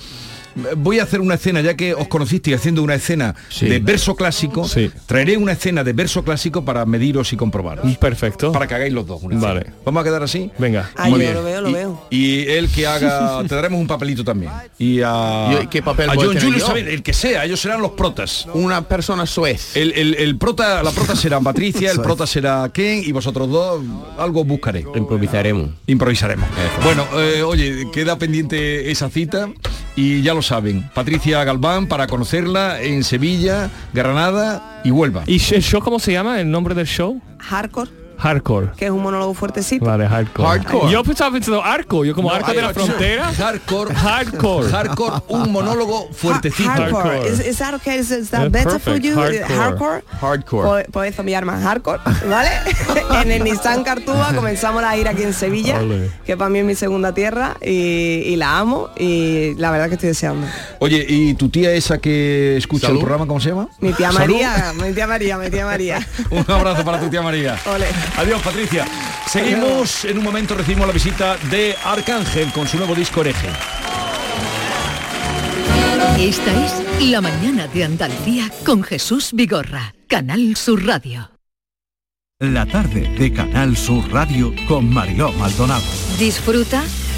[SPEAKER 1] voy a hacer una escena, ya que os conocisteis haciendo una escena de verso clásico, traeré una escena de verso clásico para mediros y comprobaros.
[SPEAKER 2] Mm, Perfecto.
[SPEAKER 1] Para que hagáis los dos. una
[SPEAKER 2] Vale.
[SPEAKER 1] escena. ¿Vamos a quedar así? Venga.
[SPEAKER 24] Ay, Ah, yo lo veo, lo
[SPEAKER 1] y,
[SPEAKER 24] veo.
[SPEAKER 1] Y él que haga, te daremos un papelito también. Y a,
[SPEAKER 3] ¿Y qué papel
[SPEAKER 1] a
[SPEAKER 3] voy a
[SPEAKER 1] Ah, John
[SPEAKER 3] tener
[SPEAKER 1] Julius
[SPEAKER 3] yo?
[SPEAKER 1] Sabin, el que sea, ellos serán los protas.
[SPEAKER 3] Una persona suez.
[SPEAKER 1] El, el- el prota, la prota será Patricia, el
[SPEAKER 3] Suez.
[SPEAKER 1] prota será Ken y vosotros dos algo buscaré.
[SPEAKER 5] Improvisaremos.
[SPEAKER 1] Improvisaremos. Bueno, eh, oye, queda pendiente esa cita y ya lo saben. Patricia Galván para conocerla en Sevilla, Granada y Huelva.
[SPEAKER 2] ¿Y el show cómo se llama? ¿El nombre del show?
[SPEAKER 24] Hardcore,
[SPEAKER 2] Hardcore.
[SPEAKER 24] que es un monólogo fuertecito.
[SPEAKER 2] Vale, hardcore.
[SPEAKER 24] Hardcore.
[SPEAKER 2] Yo estaba pensando arco, yo como
[SPEAKER 24] No,
[SPEAKER 2] arco de la
[SPEAKER 24] hardcore.
[SPEAKER 2] frontera.
[SPEAKER 1] Hardcore.
[SPEAKER 2] Hardcore.
[SPEAKER 1] Hardcore, un monólogo fuertecito.
[SPEAKER 24] Hardcore. Is, is that okay? Is, is that
[SPEAKER 2] Yeah,
[SPEAKER 24] better for
[SPEAKER 2] perfect.
[SPEAKER 24] you? Hardcore. Pues, pues eso, mi arma hardcore, ¿vale? en el Nissan Cartuba comenzamos la gira aquí en Sevilla,
[SPEAKER 1] Ole.
[SPEAKER 24] que para mí es mi segunda tierra y, y la amo y la verdad que estoy deseando.
[SPEAKER 1] Oye, ¿y tu tía esa que escucha el programa, cómo se llama?
[SPEAKER 24] Mi tía
[SPEAKER 1] Salud.
[SPEAKER 24] María, mi tía María, mi tía María.
[SPEAKER 1] (laughs) Un abrazo para tu tía María.
[SPEAKER 24] Ole.
[SPEAKER 1] Adiós, Patricia. Seguimos, en un momento recibimos la visita de Arcángel con su nuevo disco Hereje.
[SPEAKER 9] Esta es La mañana de Andalucía con Jesús Vigorra, Canal Sur Radio.
[SPEAKER 10] La tarde de Canal Sur Radio con Mariló Maldonado.
[SPEAKER 25] Disfruta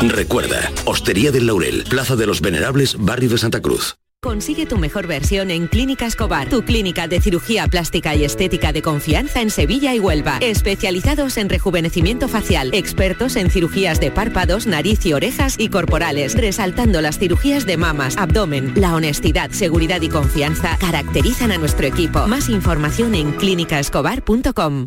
[SPEAKER 18] Recuerda, Hostería del Laurel, Plaza de los Venerables, Barrio de Santa Cruz.
[SPEAKER 14] Consigue tu mejor versión en Clínica Escobar, tu clínica de cirugía plástica y estética de confianza en Sevilla y Huelva. Especializados en rejuvenecimiento facial, expertos en cirugías de párpados, nariz y orejas y corporales, resaltando las cirugías de mamas, abdomen. La honestidad, seguridad y confianza caracterizan a nuestro equipo. Más información en clínicaescobar.com.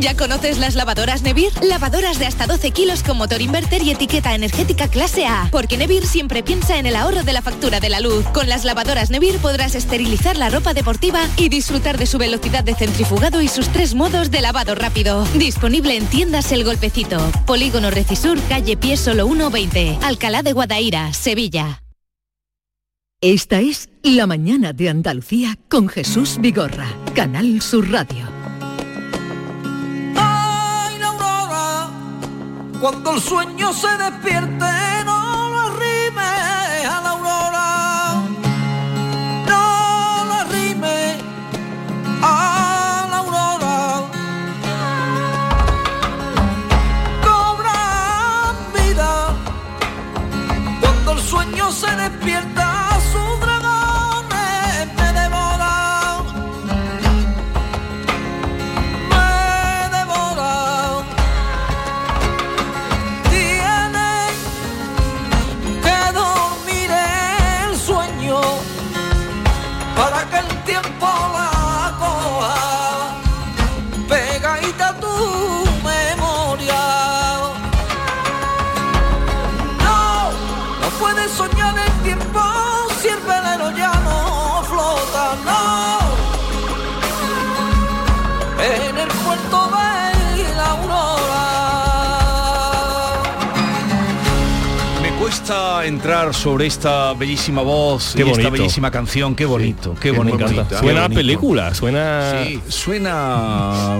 [SPEAKER 26] ¿Ya conoces las lavadoras Nevir? Lavadoras de hasta 12 kilos con motor inverter y etiqueta energética clase A. Porque Nevir siempre piensa en el ahorro de la factura de la luz. Con las lavadoras Nevir podrás esterilizar la ropa deportiva y disfrutar de su velocidad de centrifugado y sus tres modos de lavado rápido. Disponible en tiendas El Golpecito. Polígono Recisur, calle Pie Solo 120. Alcalá de Guadaira, Sevilla.
[SPEAKER 9] Esta es La mañana de Andalucía con Jesús Vigorra, Canal Sur Radio.
[SPEAKER 8] Ay, la aurora, cuando el sueño se despierte, no lo arrimes a la aurora. No lo arrimes a la aurora. Cobra vida cuando el sueño se despierta. sus dragones me devoran, me devoran. Tienes que dormir el sueño para que el tiempo la coja pegadita a tu memoria. No
[SPEAKER 23] puede soñar el tiempo si el velero ya no flota, no. En el puerto de la aurora.
[SPEAKER 1] Me cuesta entrar sobre esta bellísima voz
[SPEAKER 2] Qué
[SPEAKER 1] y esta
[SPEAKER 2] bonito.
[SPEAKER 1] bellísima canción. Qué bonito, qué
[SPEAKER 2] es muy
[SPEAKER 1] bonito.
[SPEAKER 2] bonita. Suena a película,
[SPEAKER 1] suena... suena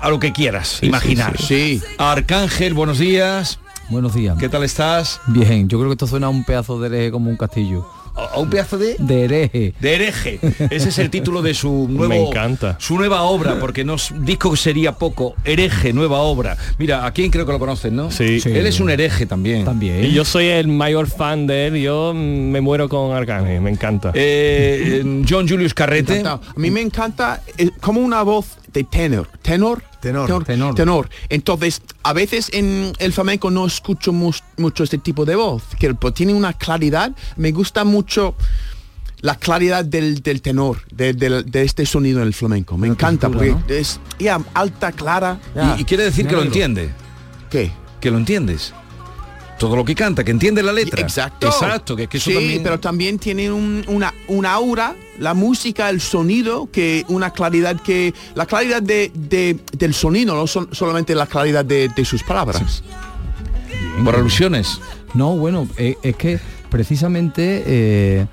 [SPEAKER 1] a lo que quieras imaginar.
[SPEAKER 3] Sí.
[SPEAKER 1] Arcángel, buenos días.
[SPEAKER 6] Buenos días.
[SPEAKER 1] ¿Qué tal estás?
[SPEAKER 6] Bien, yo creo que esto suena a un pedazo de hereje como un castillo.
[SPEAKER 1] ¿A un pedazo de?
[SPEAKER 6] De hereje.
[SPEAKER 1] De hereje. Ese es el título de su nuevo...
[SPEAKER 6] Me encanta.
[SPEAKER 1] Su nueva obra, porque no es- disco sería poco. Hereje, nueva obra. Mira, a quién creo que lo conocen, ¿no? Sí. Él es un hereje también. También.
[SPEAKER 2] Y yo soy el mayor fan de él, yo mm, me muero con Arcángel, me encanta.
[SPEAKER 1] Eh, John Julius Carrete.
[SPEAKER 3] A mí me encanta eh, como una voz de tenor. Tenor. Tenor, tenor, tenor. Entonces, a veces en el flamenco no escucho mus- mucho este tipo de voz, que pues, tiene una claridad. Me gusta mucho la claridad del, del tenor, de, del- de este sonido en el flamenco. Me encanta,
[SPEAKER 1] textura,
[SPEAKER 3] porque es ya, alta, clara.
[SPEAKER 1] Y, y quiere decir que lo entiende.
[SPEAKER 3] ¿Qué?
[SPEAKER 1] Que lo entiendes. Todo lo que canta, que entiende la letra.
[SPEAKER 3] Exacto.
[SPEAKER 1] Exacto, que, que eso
[SPEAKER 3] sí,
[SPEAKER 1] también...
[SPEAKER 3] pero también tiene un, una, una aura, la música, el sonido, que una claridad que... La claridad de, de- del sonido, no son, solamente la claridad de, de sus palabras.
[SPEAKER 1] Por alusiones.
[SPEAKER 6] No, bueno, eh, es que precisamente eh,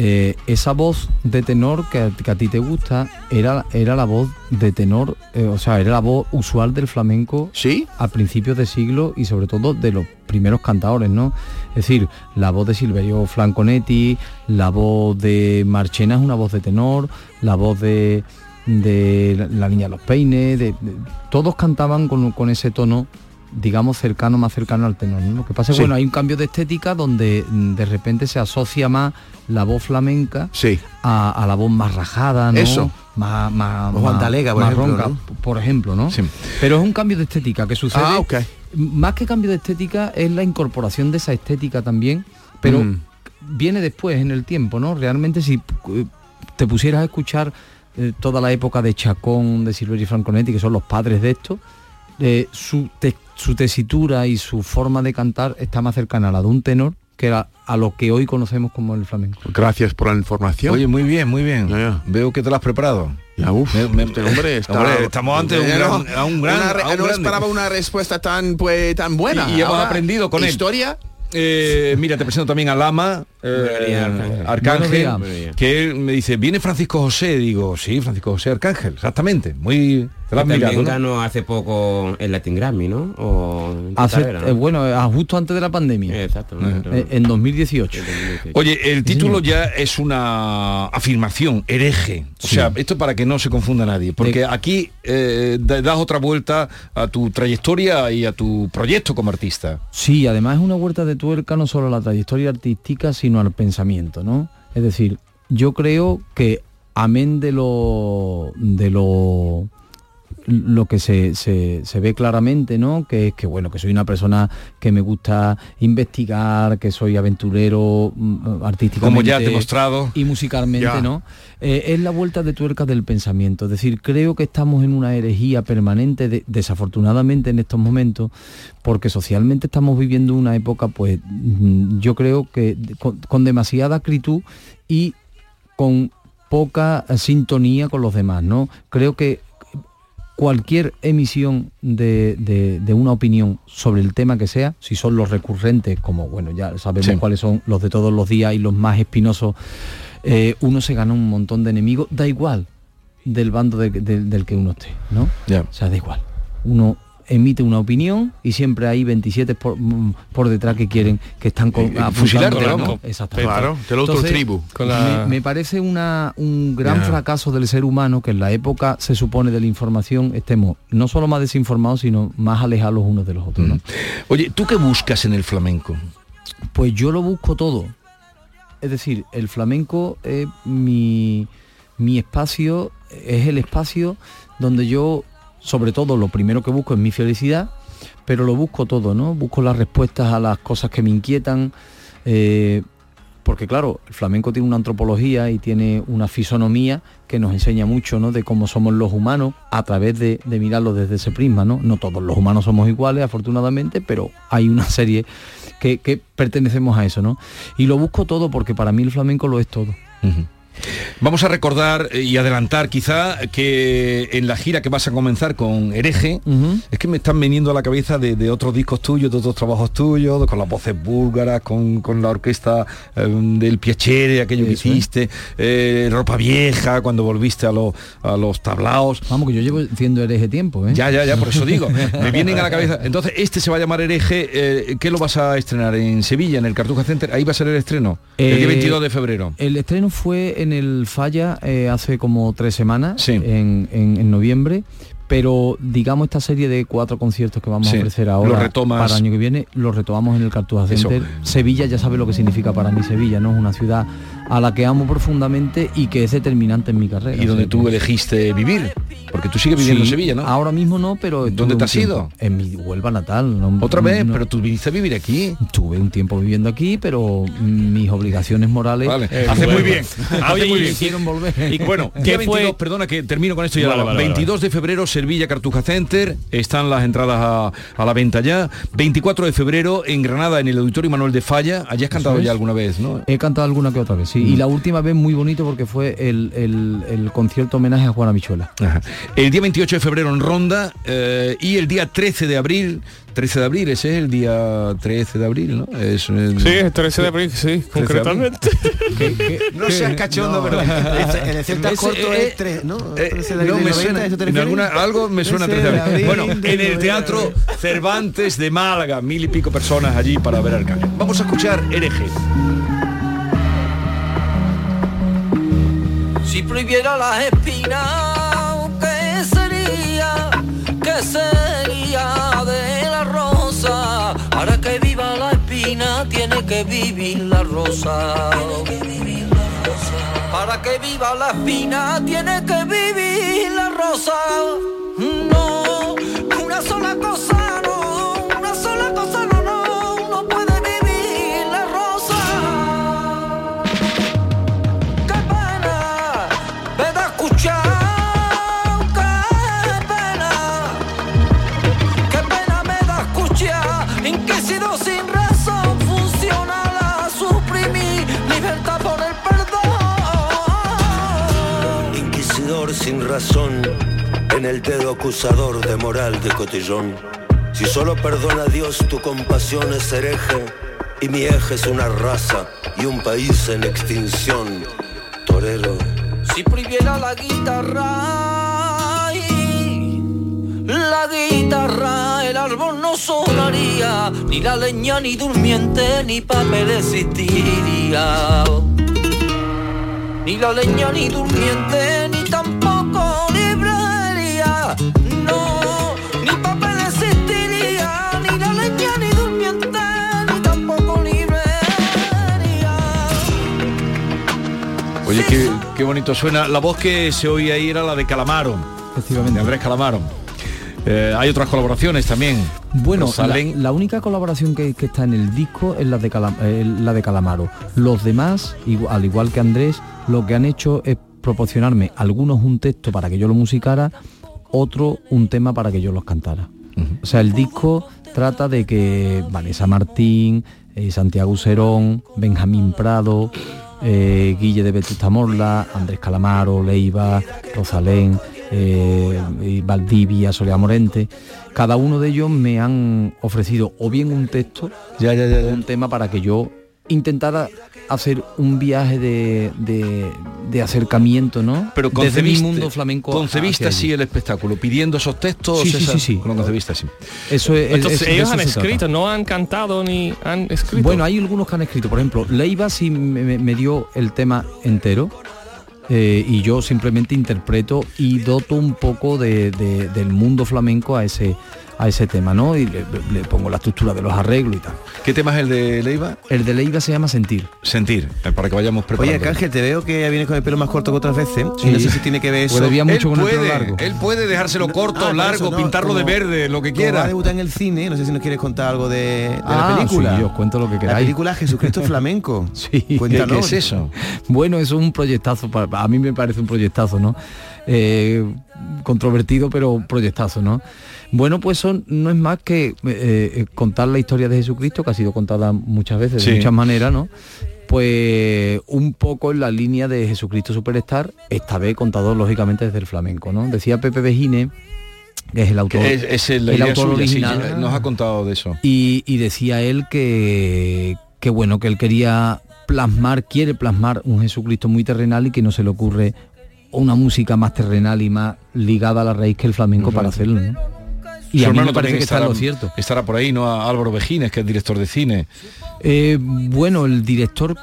[SPEAKER 6] eh, esa voz de tenor que, a- que a ti te gusta era, era la voz de tenor, eh, o sea, era la voz usual del flamenco a principios de siglo y sobre todo de los primeros cantadores, ¿no? Es decir, la voz de Silverio Flanconetti, la voz de Marchena es una voz de tenor, la voz de, de la- la niña de los peines, de, de- todos cantaban con, con ese tono digamos cercano, más cercano al tenor. ¿no? Lo que pasa es
[SPEAKER 3] Sí.
[SPEAKER 6] que bueno, hay un cambio de estética donde mm, de repente se asocia más la voz flamenca a, a la voz más rajada, ¿no?
[SPEAKER 3] Eso.
[SPEAKER 6] Más, más,
[SPEAKER 4] O
[SPEAKER 6] más-
[SPEAKER 4] Vandalega, por
[SPEAKER 6] más
[SPEAKER 4] ejemplo,
[SPEAKER 6] ronca,
[SPEAKER 4] ¿no?
[SPEAKER 6] p- por ejemplo, ¿no? Pero es un cambio de estética que sucede.
[SPEAKER 3] Ah, ok.
[SPEAKER 6] Más que cambio de estética es la incorporación de esa estética también, pero
[SPEAKER 3] Mm.
[SPEAKER 6] viene después en el tiempo, ¿no? Realmente si eh, te pusieras a escuchar eh, toda la época de Chacón, de Silverio y Franconetti, que son los padres de esto, eh, su, te- su tesitura y su forma de cantar está más cercana a la de un tenor que a, a lo que hoy conocemos como el flamenco.
[SPEAKER 3] Gracias por la información.
[SPEAKER 1] Oye, muy bien, muy bien. Veo que te lo has preparado.
[SPEAKER 3] Ya, uf,
[SPEAKER 1] este (laughs) hombre está- Hombre, estamos ante un gran- a un gran-
[SPEAKER 3] Una
[SPEAKER 1] a un
[SPEAKER 3] no
[SPEAKER 1] grande.
[SPEAKER 3] esperaba una respuesta tan, pues, tan buena.
[SPEAKER 1] Y, y hemos
[SPEAKER 3] Ahora,
[SPEAKER 1] aprendido con él.
[SPEAKER 3] historia.
[SPEAKER 1] Eh, mira, te presento también a Lama, eh, Arcángel,
[SPEAKER 6] Buenos días.
[SPEAKER 1] que él me dice, viene Francisco José, digo, sí, Francisco José Arcángel, exactamente, muy... Te lo has
[SPEAKER 5] También
[SPEAKER 1] mirado, ¿no?
[SPEAKER 5] ganó hace poco el Latin Grammy, ¿no? O
[SPEAKER 6] Hace-
[SPEAKER 5] Tarera, ¿no?
[SPEAKER 6] eh, bueno, eh, justo antes de la pandemia. Eh, en 2018.
[SPEAKER 1] Oye, el título ya es una afirmación, hereje. O sea, esto para que no se confunda nadie, porque aquí eh, da- das otra vuelta a tu trayectoria y a tu proyecto como artista.
[SPEAKER 6] Sí, además es una vuelta de tuerca no solo a la trayectoria artística, sino al pensamiento, ¿no? Es decir, yo creo que amén de lo de lo lo que se, se- se ve claramente, ¿no? Que es que bueno, que soy una persona que me gusta investigar, que soy aventurero mm, artístico.
[SPEAKER 1] Como ya has demostrado.
[SPEAKER 6] Y musicalmente,
[SPEAKER 1] Ya.
[SPEAKER 6] ¿no? Eh, es la vuelta de tuerca del pensamiento. Es decir, creo que estamos en una herejía permanente, de- desafortunadamente en estos momentos, porque socialmente estamos viviendo una época, pues, mm, yo creo que de- con, con demasiada acritud y con poca eh, sintonía con los demás, ¿no? Creo que cualquier emisión de, de- de una opinión sobre el tema que sea, si son los recurrentes, como bueno, ya sabemos
[SPEAKER 1] Sí.
[SPEAKER 6] cuáles son los de todos los días y los más espinosos, eh, uno se gana un montón de enemigos, da igual del bando de- de- del que uno esté, ¿no? O sea, da igual. Uno emite una opinión y siempre hay 27 por, mm, por detrás que quieren, que están con,
[SPEAKER 3] Eh, eh,
[SPEAKER 6] apuntando-
[SPEAKER 3] fusilarte,
[SPEAKER 6] Con la-
[SPEAKER 3] vamos.
[SPEAKER 6] con- Exactamente.
[SPEAKER 3] Claro, del otro
[SPEAKER 6] Entonces,
[SPEAKER 3] tribu. Con la-
[SPEAKER 6] me, me parece una, un gran
[SPEAKER 3] Ya.
[SPEAKER 6] fracaso del ser humano que en la época se supone de la información estemos no solo más desinformados, sino más alejados los unos de los otros. ¿no?
[SPEAKER 1] Mm. Oye, ¿tú qué buscas en el flamenco?
[SPEAKER 6] Pues yo lo busco todo. Es decir, el flamenco es mi, mi espacio, es el espacio donde yo, sobre todo, lo primero que busco es mi felicidad, pero lo busco todo, ¿no? Busco las respuestas a las cosas que me inquietan. eh, porque claro, el flamenco tiene una antropología y tiene una fisonomía que nos enseña mucho ¿no? de cómo somos los humanos a través de, de mirarlo desde ese prisma. ¿no? no todos los humanos somos iguales, afortunadamente, pero hay una serie que, que pertenecemos a eso. ¿no? Y lo busco todo porque para mí el flamenco lo es todo.
[SPEAKER 1] Vamos a recordar y adelantar quizá que en la gira que vas a comenzar con Hereje, es que me están viniendo a la cabeza de, de otros discos tuyos, de otros trabajos tuyos, de- con las voces búlgaras, con, con la orquesta eh, del Piacere, aquello que hiciste, eh, Ropa Vieja, cuando volviste a, los a los tablaos.
[SPEAKER 6] Vamos, que yo llevo diciendo hereje tiempo, ¿eh?
[SPEAKER 1] Ya, ya, ya, por
[SPEAKER 6] (laughs)
[SPEAKER 1] eso digo, me vienen a la cabeza. Entonces, este se va a llamar Hereje, eh, ¿qué lo vas a estrenar? En Sevilla, en el Cartuja Center, ahí va a ser el estreno, el día
[SPEAKER 6] Eh,
[SPEAKER 1] 22 de febrero.
[SPEAKER 6] El estreno fue en el Falla eh, hace como tres semanas, en, en- en noviembre, pero digamos esta serie de cuatro conciertos que vamos
[SPEAKER 1] Sí,
[SPEAKER 6] a ofrecer
[SPEAKER 1] lo
[SPEAKER 6] ahora
[SPEAKER 1] retomas.
[SPEAKER 6] para el año que viene, los retomamos en el Cartuja
[SPEAKER 1] Eso.
[SPEAKER 6] Center. Sevilla ya sabe lo que significa para mí Sevilla, ¿no? Es una ciudad a la que amo profundamente y que es determinante en mi carrera.
[SPEAKER 1] y
[SPEAKER 6] O
[SPEAKER 1] donde
[SPEAKER 6] sea
[SPEAKER 1] tú
[SPEAKER 6] que-
[SPEAKER 1] elegiste vivir, porque tú sigues viviendo
[SPEAKER 6] Sí,
[SPEAKER 1] en Sevilla, ¿no?
[SPEAKER 6] Ahora mismo no, pero... estuve
[SPEAKER 1] ¿Dónde
[SPEAKER 6] un
[SPEAKER 1] te has
[SPEAKER 6] tiempo
[SPEAKER 1] ido?
[SPEAKER 6] En mi Huelva natal. no-
[SPEAKER 1] Otra vez,
[SPEAKER 6] no-
[SPEAKER 1] pero tú viniste a vivir aquí.
[SPEAKER 6] Tuve un tiempo viviendo aquí, pero mm, mis obligaciones morales...
[SPEAKER 1] Vale,
[SPEAKER 6] Eh,
[SPEAKER 1] hace muy
[SPEAKER 6] bueno. (laughs)
[SPEAKER 1] bien. (laughs) Hace
[SPEAKER 6] Oye,
[SPEAKER 1] muy
[SPEAKER 6] y
[SPEAKER 1] bien.
[SPEAKER 6] hicieron volver. (laughs)
[SPEAKER 1] Y (laughs) bueno, día 22, perdona que termino con esto ya.
[SPEAKER 6] Vale,
[SPEAKER 1] ahora.
[SPEAKER 6] vale, vale.
[SPEAKER 1] 22 de febrero, Sevilla Cartuja Center, están las entradas a, a la venta ya. 24 de febrero en Granada, en el Auditorio Manuel de Falla. Allí has cantado
[SPEAKER 6] es.
[SPEAKER 1] ya alguna vez, ¿no? Mm.
[SPEAKER 6] He cantado alguna que otra vez, sí. Y la última vez muy bonito porque fue el, el- el concierto homenaje a Juana Michuela.
[SPEAKER 1] El día 28 de febrero en Ronda eh, y el día 13 de abril, 13 de abril, ese es el día 13 de abril, ¿no? Es, eh, el-
[SPEAKER 2] Sí, el 13 de abril, sí, concretamente.
[SPEAKER 4] No seas cachondo,
[SPEAKER 1] No. (laughs)
[SPEAKER 4] pero en el- en el
[SPEAKER 1] Ese,
[SPEAKER 4] celta corto
[SPEAKER 1] eh,
[SPEAKER 4] es tres, ¿no?
[SPEAKER 1] Eh,
[SPEAKER 4] Trece de abril
[SPEAKER 1] no, me
[SPEAKER 4] del 90,
[SPEAKER 1] suena,
[SPEAKER 4] ¿eso te
[SPEAKER 1] en
[SPEAKER 4] refieres?
[SPEAKER 1] alguna- algo me suena
[SPEAKER 4] Trece de
[SPEAKER 1] 13 abril.
[SPEAKER 4] abril
[SPEAKER 1] Bueno, en el
[SPEAKER 4] del
[SPEAKER 1] Teatro Cervantes de Málaga, mil y pico personas allí para ver al cambio. Vamos a escuchar hereje.
[SPEAKER 8] Si prohibiera las espinas, ¿qué sería? ¿Qué sería de la rosa? Para que viva la espina, tiene que vivir la rosa. Para que viva la espina, tiene que vivir la rosa. No, una sola cosa, no, una sola cosa, no, no, no puede vivir la rosa. Ven a escuchar, qué pena, qué pena me da escuchar, en que he sido sin razón funcional a suprimir libertad por el perdón.
[SPEAKER 27] Inquisidor sin razón, en el dedo acusador de moral de cotillón. Si solo perdona a Dios, tu compasión es hereje, y mi eje es una raza y un país en extinción. Torero,
[SPEAKER 8] Si prohibiera la guitarra, ay, la guitarra, el árbol no sonaría, ni la leña, ni durmiente, ni papel existiría. Ni la leña, ni durmiente, ni tampoco librería, no, ni papel existiría, ni la leña, ni durmiente, ni tampoco librería.
[SPEAKER 1] Oye, qué, qué bonito suena. La voz que se oía ahí era la de Calamaro, de Andrés Calamaro. Eh, hay otras colaboraciones también.
[SPEAKER 6] Bueno, la,
[SPEAKER 1] salen
[SPEAKER 6] la única colaboración que, que está en el disco es la de, Cala- eh, la de Calamaro. Los demás, igu- al igual que Andrés, lo que han hecho es proporcionarme algunos un texto para que yo lo musicara, otro un tema para que yo los cantara. O sea, el disco trata de que Vanessa Martín, eh, Santiago Serón, Benjamín Prado, eh, Guille de Vetusta Morla, Andrés Calamaro, Leiva, Rosalén, eh, y Valdivia, Soledad Morente, cada uno de ellos me han ofrecido o bien un texto, o un tema para que yo intentara hacer un viaje de, de- de acercamiento, ¿no?
[SPEAKER 1] Pero
[SPEAKER 6] Desde mi
[SPEAKER 1] concebiste,
[SPEAKER 6] mundo flamenco.
[SPEAKER 1] concebiste
[SPEAKER 6] hacia
[SPEAKER 1] así el espectáculo, pidiendo esos textos.
[SPEAKER 6] Sí, sí,
[SPEAKER 1] César?
[SPEAKER 6] sí, sí.
[SPEAKER 1] Lo concebiste así.
[SPEAKER 6] Eso es,
[SPEAKER 1] Entonces,
[SPEAKER 6] es- de
[SPEAKER 2] Ellos
[SPEAKER 6] eso
[SPEAKER 2] han
[SPEAKER 6] se trata.
[SPEAKER 2] escrito, no han cantado ni han escrito.
[SPEAKER 6] Bueno, hay algunos que han escrito, por ejemplo, Leiva sí me, me- me dio el tema entero eh, y yo simplemente interpreto y doto un poco de- de- del mundo flamenco a ese, a ese tema, ¿no? Y le, le pongo la estructura de los arreglos y tal.
[SPEAKER 1] ¿Qué tema es el de Leiva?
[SPEAKER 6] El de Leiva se llama Sentir.
[SPEAKER 1] Sentir, eh, para que vayamos
[SPEAKER 4] Oye,
[SPEAKER 1] preparando.
[SPEAKER 4] Ángel, te veo que ya vienes con el pelo más corto que otras veces. y no sé si tiene que ver eso.
[SPEAKER 1] él puede, Él puede dejárselo corto,
[SPEAKER 4] Ah, por
[SPEAKER 1] largo,
[SPEAKER 4] eso, no,
[SPEAKER 1] pintarlo de
[SPEAKER 4] como-
[SPEAKER 1] verde, lo que
[SPEAKER 4] como va a
[SPEAKER 1] quiera.
[SPEAKER 4] debutar en el cine, no sé si nos quieres contar algo de, de
[SPEAKER 6] Ah,
[SPEAKER 4] la película.
[SPEAKER 6] sí, yo os cuento lo que
[SPEAKER 4] La
[SPEAKER 6] queráis. (laughs)
[SPEAKER 4] película Jesucristo
[SPEAKER 1] (laughs)
[SPEAKER 4] Flamenco.
[SPEAKER 6] Sí.
[SPEAKER 4] Cuéntanos. ¿Qué es eso?
[SPEAKER 6] Bueno, eso es un proyectazo, pa- a mí me parece un proyectazo, ¿no? Eh, controvertido, pero proyectazo, ¿no? Bueno, pues eso no es más que eh, eh, contar la historia de Jesucristo, que ha sido contada muchas veces,
[SPEAKER 1] Sí.
[SPEAKER 6] de muchas maneras, ¿no? Pues un poco en la línea de Jesucristo Superstar, esta vez contado lógicamente desde el flamenco, ¿no? Decía Pepe Vejine, que es el autor,
[SPEAKER 1] Que es, es el, la
[SPEAKER 6] el
[SPEAKER 1] idea
[SPEAKER 6] autor
[SPEAKER 1] suya, sí,
[SPEAKER 6] original,
[SPEAKER 1] ya nos ha contado de eso.
[SPEAKER 6] y, y decía él que, que bueno, que él quería plasmar, quiere plasmar un Jesucristo muy terrenal y que no se le ocurre una música más terrenal y más ligada a la raíz que el flamenco para hacerlo. ¿no? Y
[SPEAKER 1] Su
[SPEAKER 6] a mí
[SPEAKER 1] hermano
[SPEAKER 6] me parece
[SPEAKER 1] también
[SPEAKER 6] que está en
[SPEAKER 1] estará-
[SPEAKER 6] lo cierto.
[SPEAKER 1] Estará por ahí, ¿no? A Álvaro Vejines, que es director de cine.
[SPEAKER 6] Eh, bueno, el director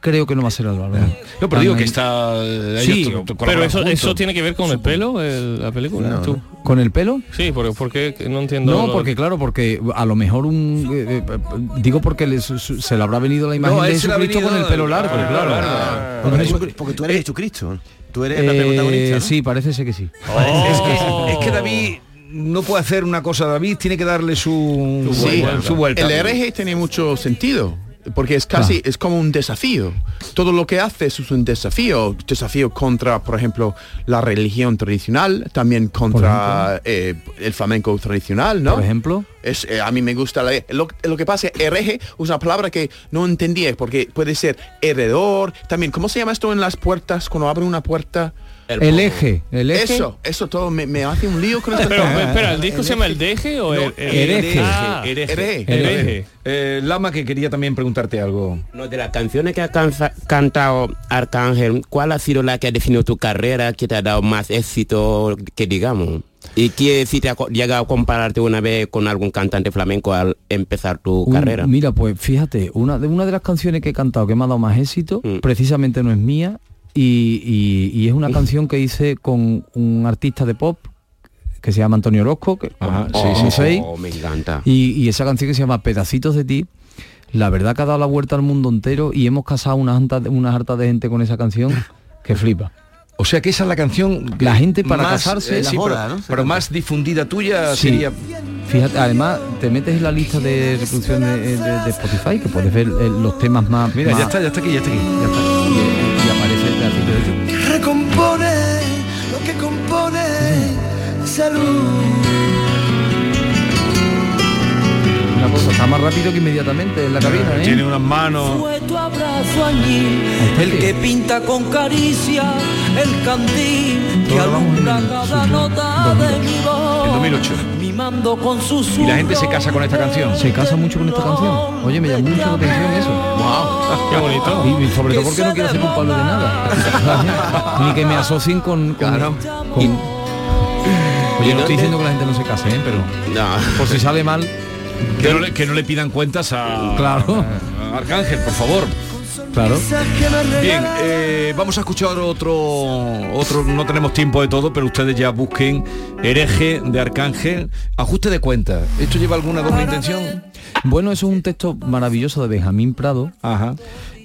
[SPEAKER 6] creo que no va a ser Álvaro.
[SPEAKER 1] No, pero digo que está... ellos
[SPEAKER 6] Sí,
[SPEAKER 1] to- to-
[SPEAKER 2] Pero
[SPEAKER 1] colaboran
[SPEAKER 2] eso,
[SPEAKER 1] juntos.
[SPEAKER 2] eso tiene que ver con el pelo, el- la película. tú.
[SPEAKER 6] ¿Con el pelo?
[SPEAKER 2] Sí, porque, porque no entiendo.
[SPEAKER 6] No,
[SPEAKER 2] lo-
[SPEAKER 6] porque claro, porque a lo mejor un... eh, eh, digo porque le- su- su- se le habrá venido la imagen
[SPEAKER 4] No,
[SPEAKER 6] de
[SPEAKER 4] él se le ha
[SPEAKER 6] Jesucristo con
[SPEAKER 4] venido
[SPEAKER 6] el pelo largo,
[SPEAKER 4] el pelo
[SPEAKER 6] claro.
[SPEAKER 4] largo.
[SPEAKER 6] Ah,
[SPEAKER 4] Porque
[SPEAKER 6] con
[SPEAKER 4] tú-
[SPEAKER 6] Jesucri-
[SPEAKER 4] Porque tú eres Jesucristo. Tú eres la
[SPEAKER 6] Eh,
[SPEAKER 4] protagonista. ¿no?
[SPEAKER 6] Sí, parece ser que sí.
[SPEAKER 1] (laughs) Es, que, es que David no puede hacer una cosa, David tiene que darle su,
[SPEAKER 3] Sí,
[SPEAKER 1] su vuelta.
[SPEAKER 3] El RG tiene mucho sentido. Porque es casi,
[SPEAKER 6] Ah.
[SPEAKER 3] es como un desafío. Todo lo que haces es un desafío. Desafío contra, por ejemplo, la religión tradicional, también contra eh, el flamenco tradicional, ¿no? Por
[SPEAKER 6] ejemplo.
[SPEAKER 3] Es, eh, a mí me gusta la, lo, lo que pasa, hereje es una palabra que no entendía, porque puede ser heredor, también, ¿cómo se llama esto en las puertas? Cuando abren una puerta.
[SPEAKER 6] El eje, el eje.
[SPEAKER 3] Eso, eso todo me, me hace un lío con esta
[SPEAKER 2] Pero,
[SPEAKER 3] palabra.
[SPEAKER 2] espera, ¿el disco se llama El Deje o el, el-
[SPEAKER 3] Hereje.
[SPEAKER 2] Ah,
[SPEAKER 3] Hereje.
[SPEAKER 2] Hereje.
[SPEAKER 1] Eh, Lama, que quería también preguntarte algo.
[SPEAKER 5] No, de las canciones que ha cansa- cantado Arcángel, ¿cuál ha sido la que ha definido tu carrera, que te ha dado más éxito, que digamos? ¿Y que si te ha co- llegado a compararte una vez con algún cantante flamenco al empezar tu
[SPEAKER 6] Un-
[SPEAKER 5] carrera?
[SPEAKER 6] Mira, pues fíjate, una de, una de las canciones que he cantado que me ha dado más éxito,
[SPEAKER 1] Mm.
[SPEAKER 6] precisamente no es mía, y, y- y es una canción que hice con un artista de pop que se llama Antonio Orozco, que
[SPEAKER 1] Ah,
[SPEAKER 5] Oh,
[SPEAKER 6] sí, sí, sí.
[SPEAKER 5] oh, me encanta.
[SPEAKER 6] Y, y esa canción que se llama Pedacitos de ti, la verdad que ha dado la vuelta al mundo entero y hemos casado unas hartas unas hartas de gente con esa canción que flipa.
[SPEAKER 1] O sea que esa es la canción...
[SPEAKER 6] La gente para
[SPEAKER 1] más,
[SPEAKER 6] casarse...
[SPEAKER 1] eh, sí, pero, pero más difundida tuya
[SPEAKER 6] Sí.
[SPEAKER 1] sería...
[SPEAKER 6] Fíjate, además te metes en la lista de reproducción de, de- de Spotify, que puedes ver eh, los temas más...
[SPEAKER 1] Mira, ya
[SPEAKER 6] más-
[SPEAKER 1] está, ya está aquí, ya está aquí. ya está.
[SPEAKER 6] Y aparece el pedacito de ti.
[SPEAKER 23] recompone lo que compone salud.
[SPEAKER 6] Una cosa, está más rápido que inmediatamente en la cabina, ¿eh?
[SPEAKER 1] Tiene unas manos.
[SPEAKER 8] Fue tu abrazo allí,
[SPEAKER 6] está,
[SPEAKER 8] el que pinta con caricia el candil que alumbra cada nota de mi voz.
[SPEAKER 1] En 2008.
[SPEAKER 8] Mimando con sus
[SPEAKER 1] Y la gente se casa con esta canción.
[SPEAKER 6] Se casa mucho con esta canción. Oye, me llamó mucho la atención eso.
[SPEAKER 1] Wow, qué bonito.
[SPEAKER 6] Y, y sobre todo porque no quiero ser culpable de nada. (laughs) Ni que me asocien con... con, con- Oye, no estoy diciendo que la gente no se case, ¿eh? pero por si sale mal...
[SPEAKER 1] Que no, le, que no le pidan cuentas a,
[SPEAKER 6] Claro.
[SPEAKER 2] Ah,
[SPEAKER 1] a Arcángel, por favor.
[SPEAKER 6] Claro.
[SPEAKER 1] Bien, eh, vamos a escuchar otro, otro, no tenemos tiempo de todo, pero ustedes ya busquen hereje de Arcángel, ajuste de cuentas. ¿Esto lleva alguna doble intención?
[SPEAKER 6] Bueno, eso es un texto maravilloso de Benjamín Prado.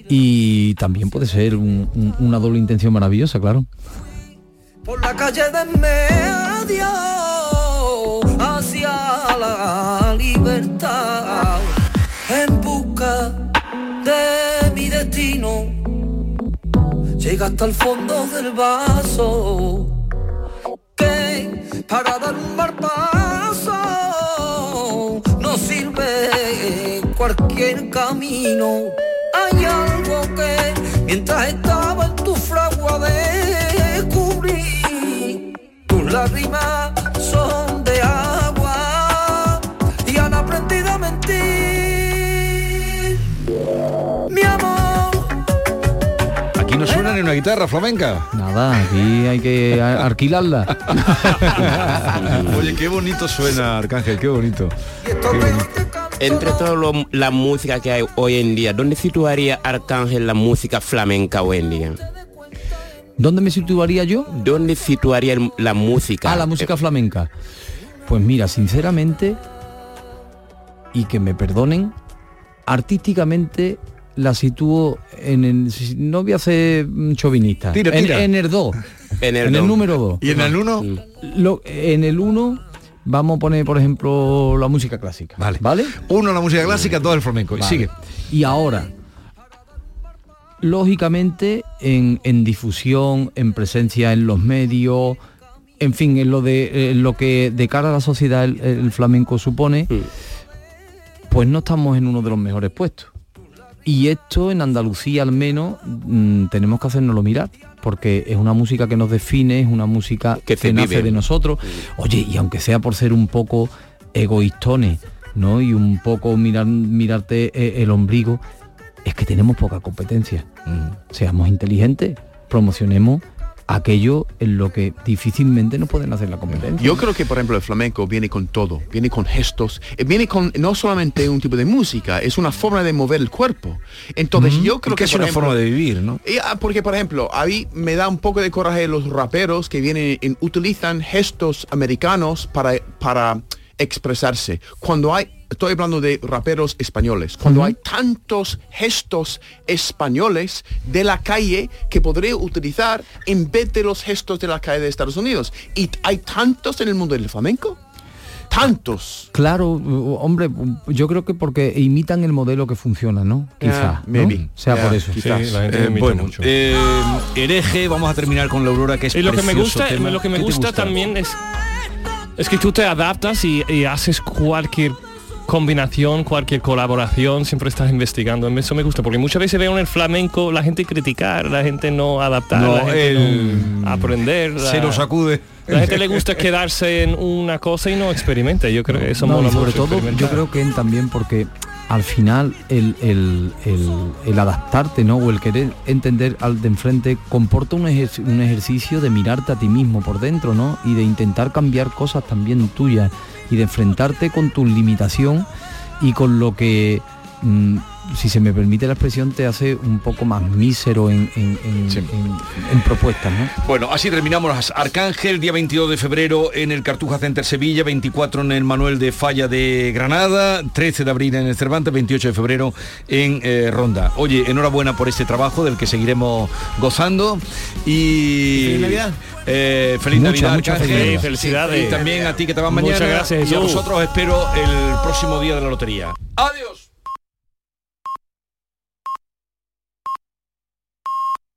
[SPEAKER 6] Y también puede ser un- un- una doble intención maravillosa, claro.
[SPEAKER 8] por la calle de en medio hacia la libertad en busca de mi destino llega hasta el fondo del vaso que para dar un mal paso no sirve cualquier camino hay algo que mientras estaba en tu fragua descubrí tus lágrimas son de agua y han aprendido a mentir mi amor
[SPEAKER 1] Aquí no suena ni una guitarra
[SPEAKER 6] (laughs)
[SPEAKER 1] flamenca.
[SPEAKER 6] Nada, aquí hay que a- alquilarla.
[SPEAKER 1] Oye, qué bonito suena Arcángel, qué bonito.
[SPEAKER 5] Entre toda la música que hay hoy en día, ¿dónde situaría Arcángel la música flamenca hoy en día?
[SPEAKER 6] ¿Dónde me situaría yo?
[SPEAKER 5] ¿Dónde situaría el- la música?
[SPEAKER 6] Ah, la música flamenca. Pues mira, sinceramente, y que me perdonen, artísticamente la sitúo en el... No voy a ser mm, chauvinista.
[SPEAKER 4] Tira,
[SPEAKER 6] en-
[SPEAKER 4] tira.
[SPEAKER 6] En, el 2.
[SPEAKER 4] (laughs) En
[SPEAKER 6] En
[SPEAKER 4] el
[SPEAKER 6] el,
[SPEAKER 4] dos.
[SPEAKER 6] número 2.
[SPEAKER 4] ¿Y en el uno?
[SPEAKER 6] En el 1 vamos a poner, por ejemplo, la música clásica. Vale. ¿Vale?
[SPEAKER 28] Uno la música clásica, todo el flamenco. Y
[SPEAKER 6] Vale.
[SPEAKER 28] sigue.
[SPEAKER 6] Y ahora, lógicamente, en, en difusión, en presencia en los medios, en fin, en lo de en lo que de cara a la sociedad el, el flamenco supone, pues no estamos en uno de los mejores puestos. Y esto en Andalucía al menos mm, tenemos que hacérnoslo mirar, porque es una música que nos define, es una música que,
[SPEAKER 5] Que se
[SPEAKER 6] nace
[SPEAKER 5] vive.
[SPEAKER 6] de nosotros. Oye, y aunque sea por ser un poco egoístones, ¿no? Y un poco mirar, mirarte eh, el ombligo, es que tenemos poca competencia. Seamos inteligentes, promocionemos aquello en lo que difícilmente nos pueden hacer la competencia.
[SPEAKER 3] Yo creo que, por ejemplo, el flamenco viene con todo, viene con gestos, eh, viene con no solamente un tipo de música, es una forma de mover el cuerpo. Entonces yo creo
[SPEAKER 1] que es
[SPEAKER 3] por
[SPEAKER 1] una
[SPEAKER 3] ejemplo,
[SPEAKER 1] forma de vivir, ¿no?
[SPEAKER 3] Y, ah, porque, por ejemplo, a mí me da un poco de coraje los raperos que vienen y utilizan gestos americanos para, para expresarse. Cuando hay, estoy hablando de raperos españoles, cuando hay tantos gestos españoles de la calle que podría utilizar en vez de los gestos de la calle de Estados Unidos. Y hay tantos en el mundo del flamenco. Tantos.
[SPEAKER 6] Claro, u- hombre, yo creo que porque imitan el modelo que funciona, ¿no?
[SPEAKER 3] Yeah,
[SPEAKER 6] Quizá. ¿no?
[SPEAKER 3] maybe.
[SPEAKER 6] Sea por eso.
[SPEAKER 1] Eh, bueno, eh, hereje, vamos a terminar con la aurora que es
[SPEAKER 2] Y lo que me
[SPEAKER 1] precioso
[SPEAKER 2] gusta,
[SPEAKER 1] tema.
[SPEAKER 2] lo que me
[SPEAKER 1] ¿Qué te
[SPEAKER 2] gusta también es, es que tú te adaptas y, y haces cualquier combinación, cualquier colaboración, siempre estás investigando. Eso me gusta, porque muchas veces veo en el flamenco la gente criticar, la gente no adaptar,
[SPEAKER 1] No,
[SPEAKER 2] la gente
[SPEAKER 1] el-
[SPEAKER 2] no aprender. la-
[SPEAKER 1] se nos sacude.
[SPEAKER 2] La gente le gusta quedarse en una cosa y no experimenta. Yo creo que eh, eso
[SPEAKER 6] No, y
[SPEAKER 2] mola
[SPEAKER 6] sobre
[SPEAKER 2] mucho,
[SPEAKER 6] todo yo
[SPEAKER 2] experimentar.
[SPEAKER 6] creo que en también porque al final el, el- el- el adaptarte no o el querer entender al de enfrente comporta un, ejer- un ejercicio de mirarte a ti mismo por dentro no y de intentar cambiar cosas también tuyas y de enfrentarte con tu limitación y con lo que mm, si se me permite la expresión te hace un poco más mísero en, en- en- en- en propuestas ¿no?
[SPEAKER 1] Bueno, así terminamos. Arcángel, día 22 de febrero en el Cartuja Center Sevilla, 24 en el Manuel de Falla de Granada, 13 de abril en el Cervantes, 28 de febrero en eh, Ronda. Oye, enhorabuena por este trabajo del que seguiremos gozando y...
[SPEAKER 4] Feliz Navidad.
[SPEAKER 1] Eh, feliz
[SPEAKER 4] Muchas,
[SPEAKER 1] Navidad,
[SPEAKER 4] muchas
[SPEAKER 1] Arcángel.
[SPEAKER 4] felicidades.
[SPEAKER 1] Y también a ti que te vas
[SPEAKER 4] Muchas
[SPEAKER 1] mañana.
[SPEAKER 4] gracias,
[SPEAKER 1] y a
[SPEAKER 4] Jesús.
[SPEAKER 1] vosotros espero el próximo día de la lotería. Adiós.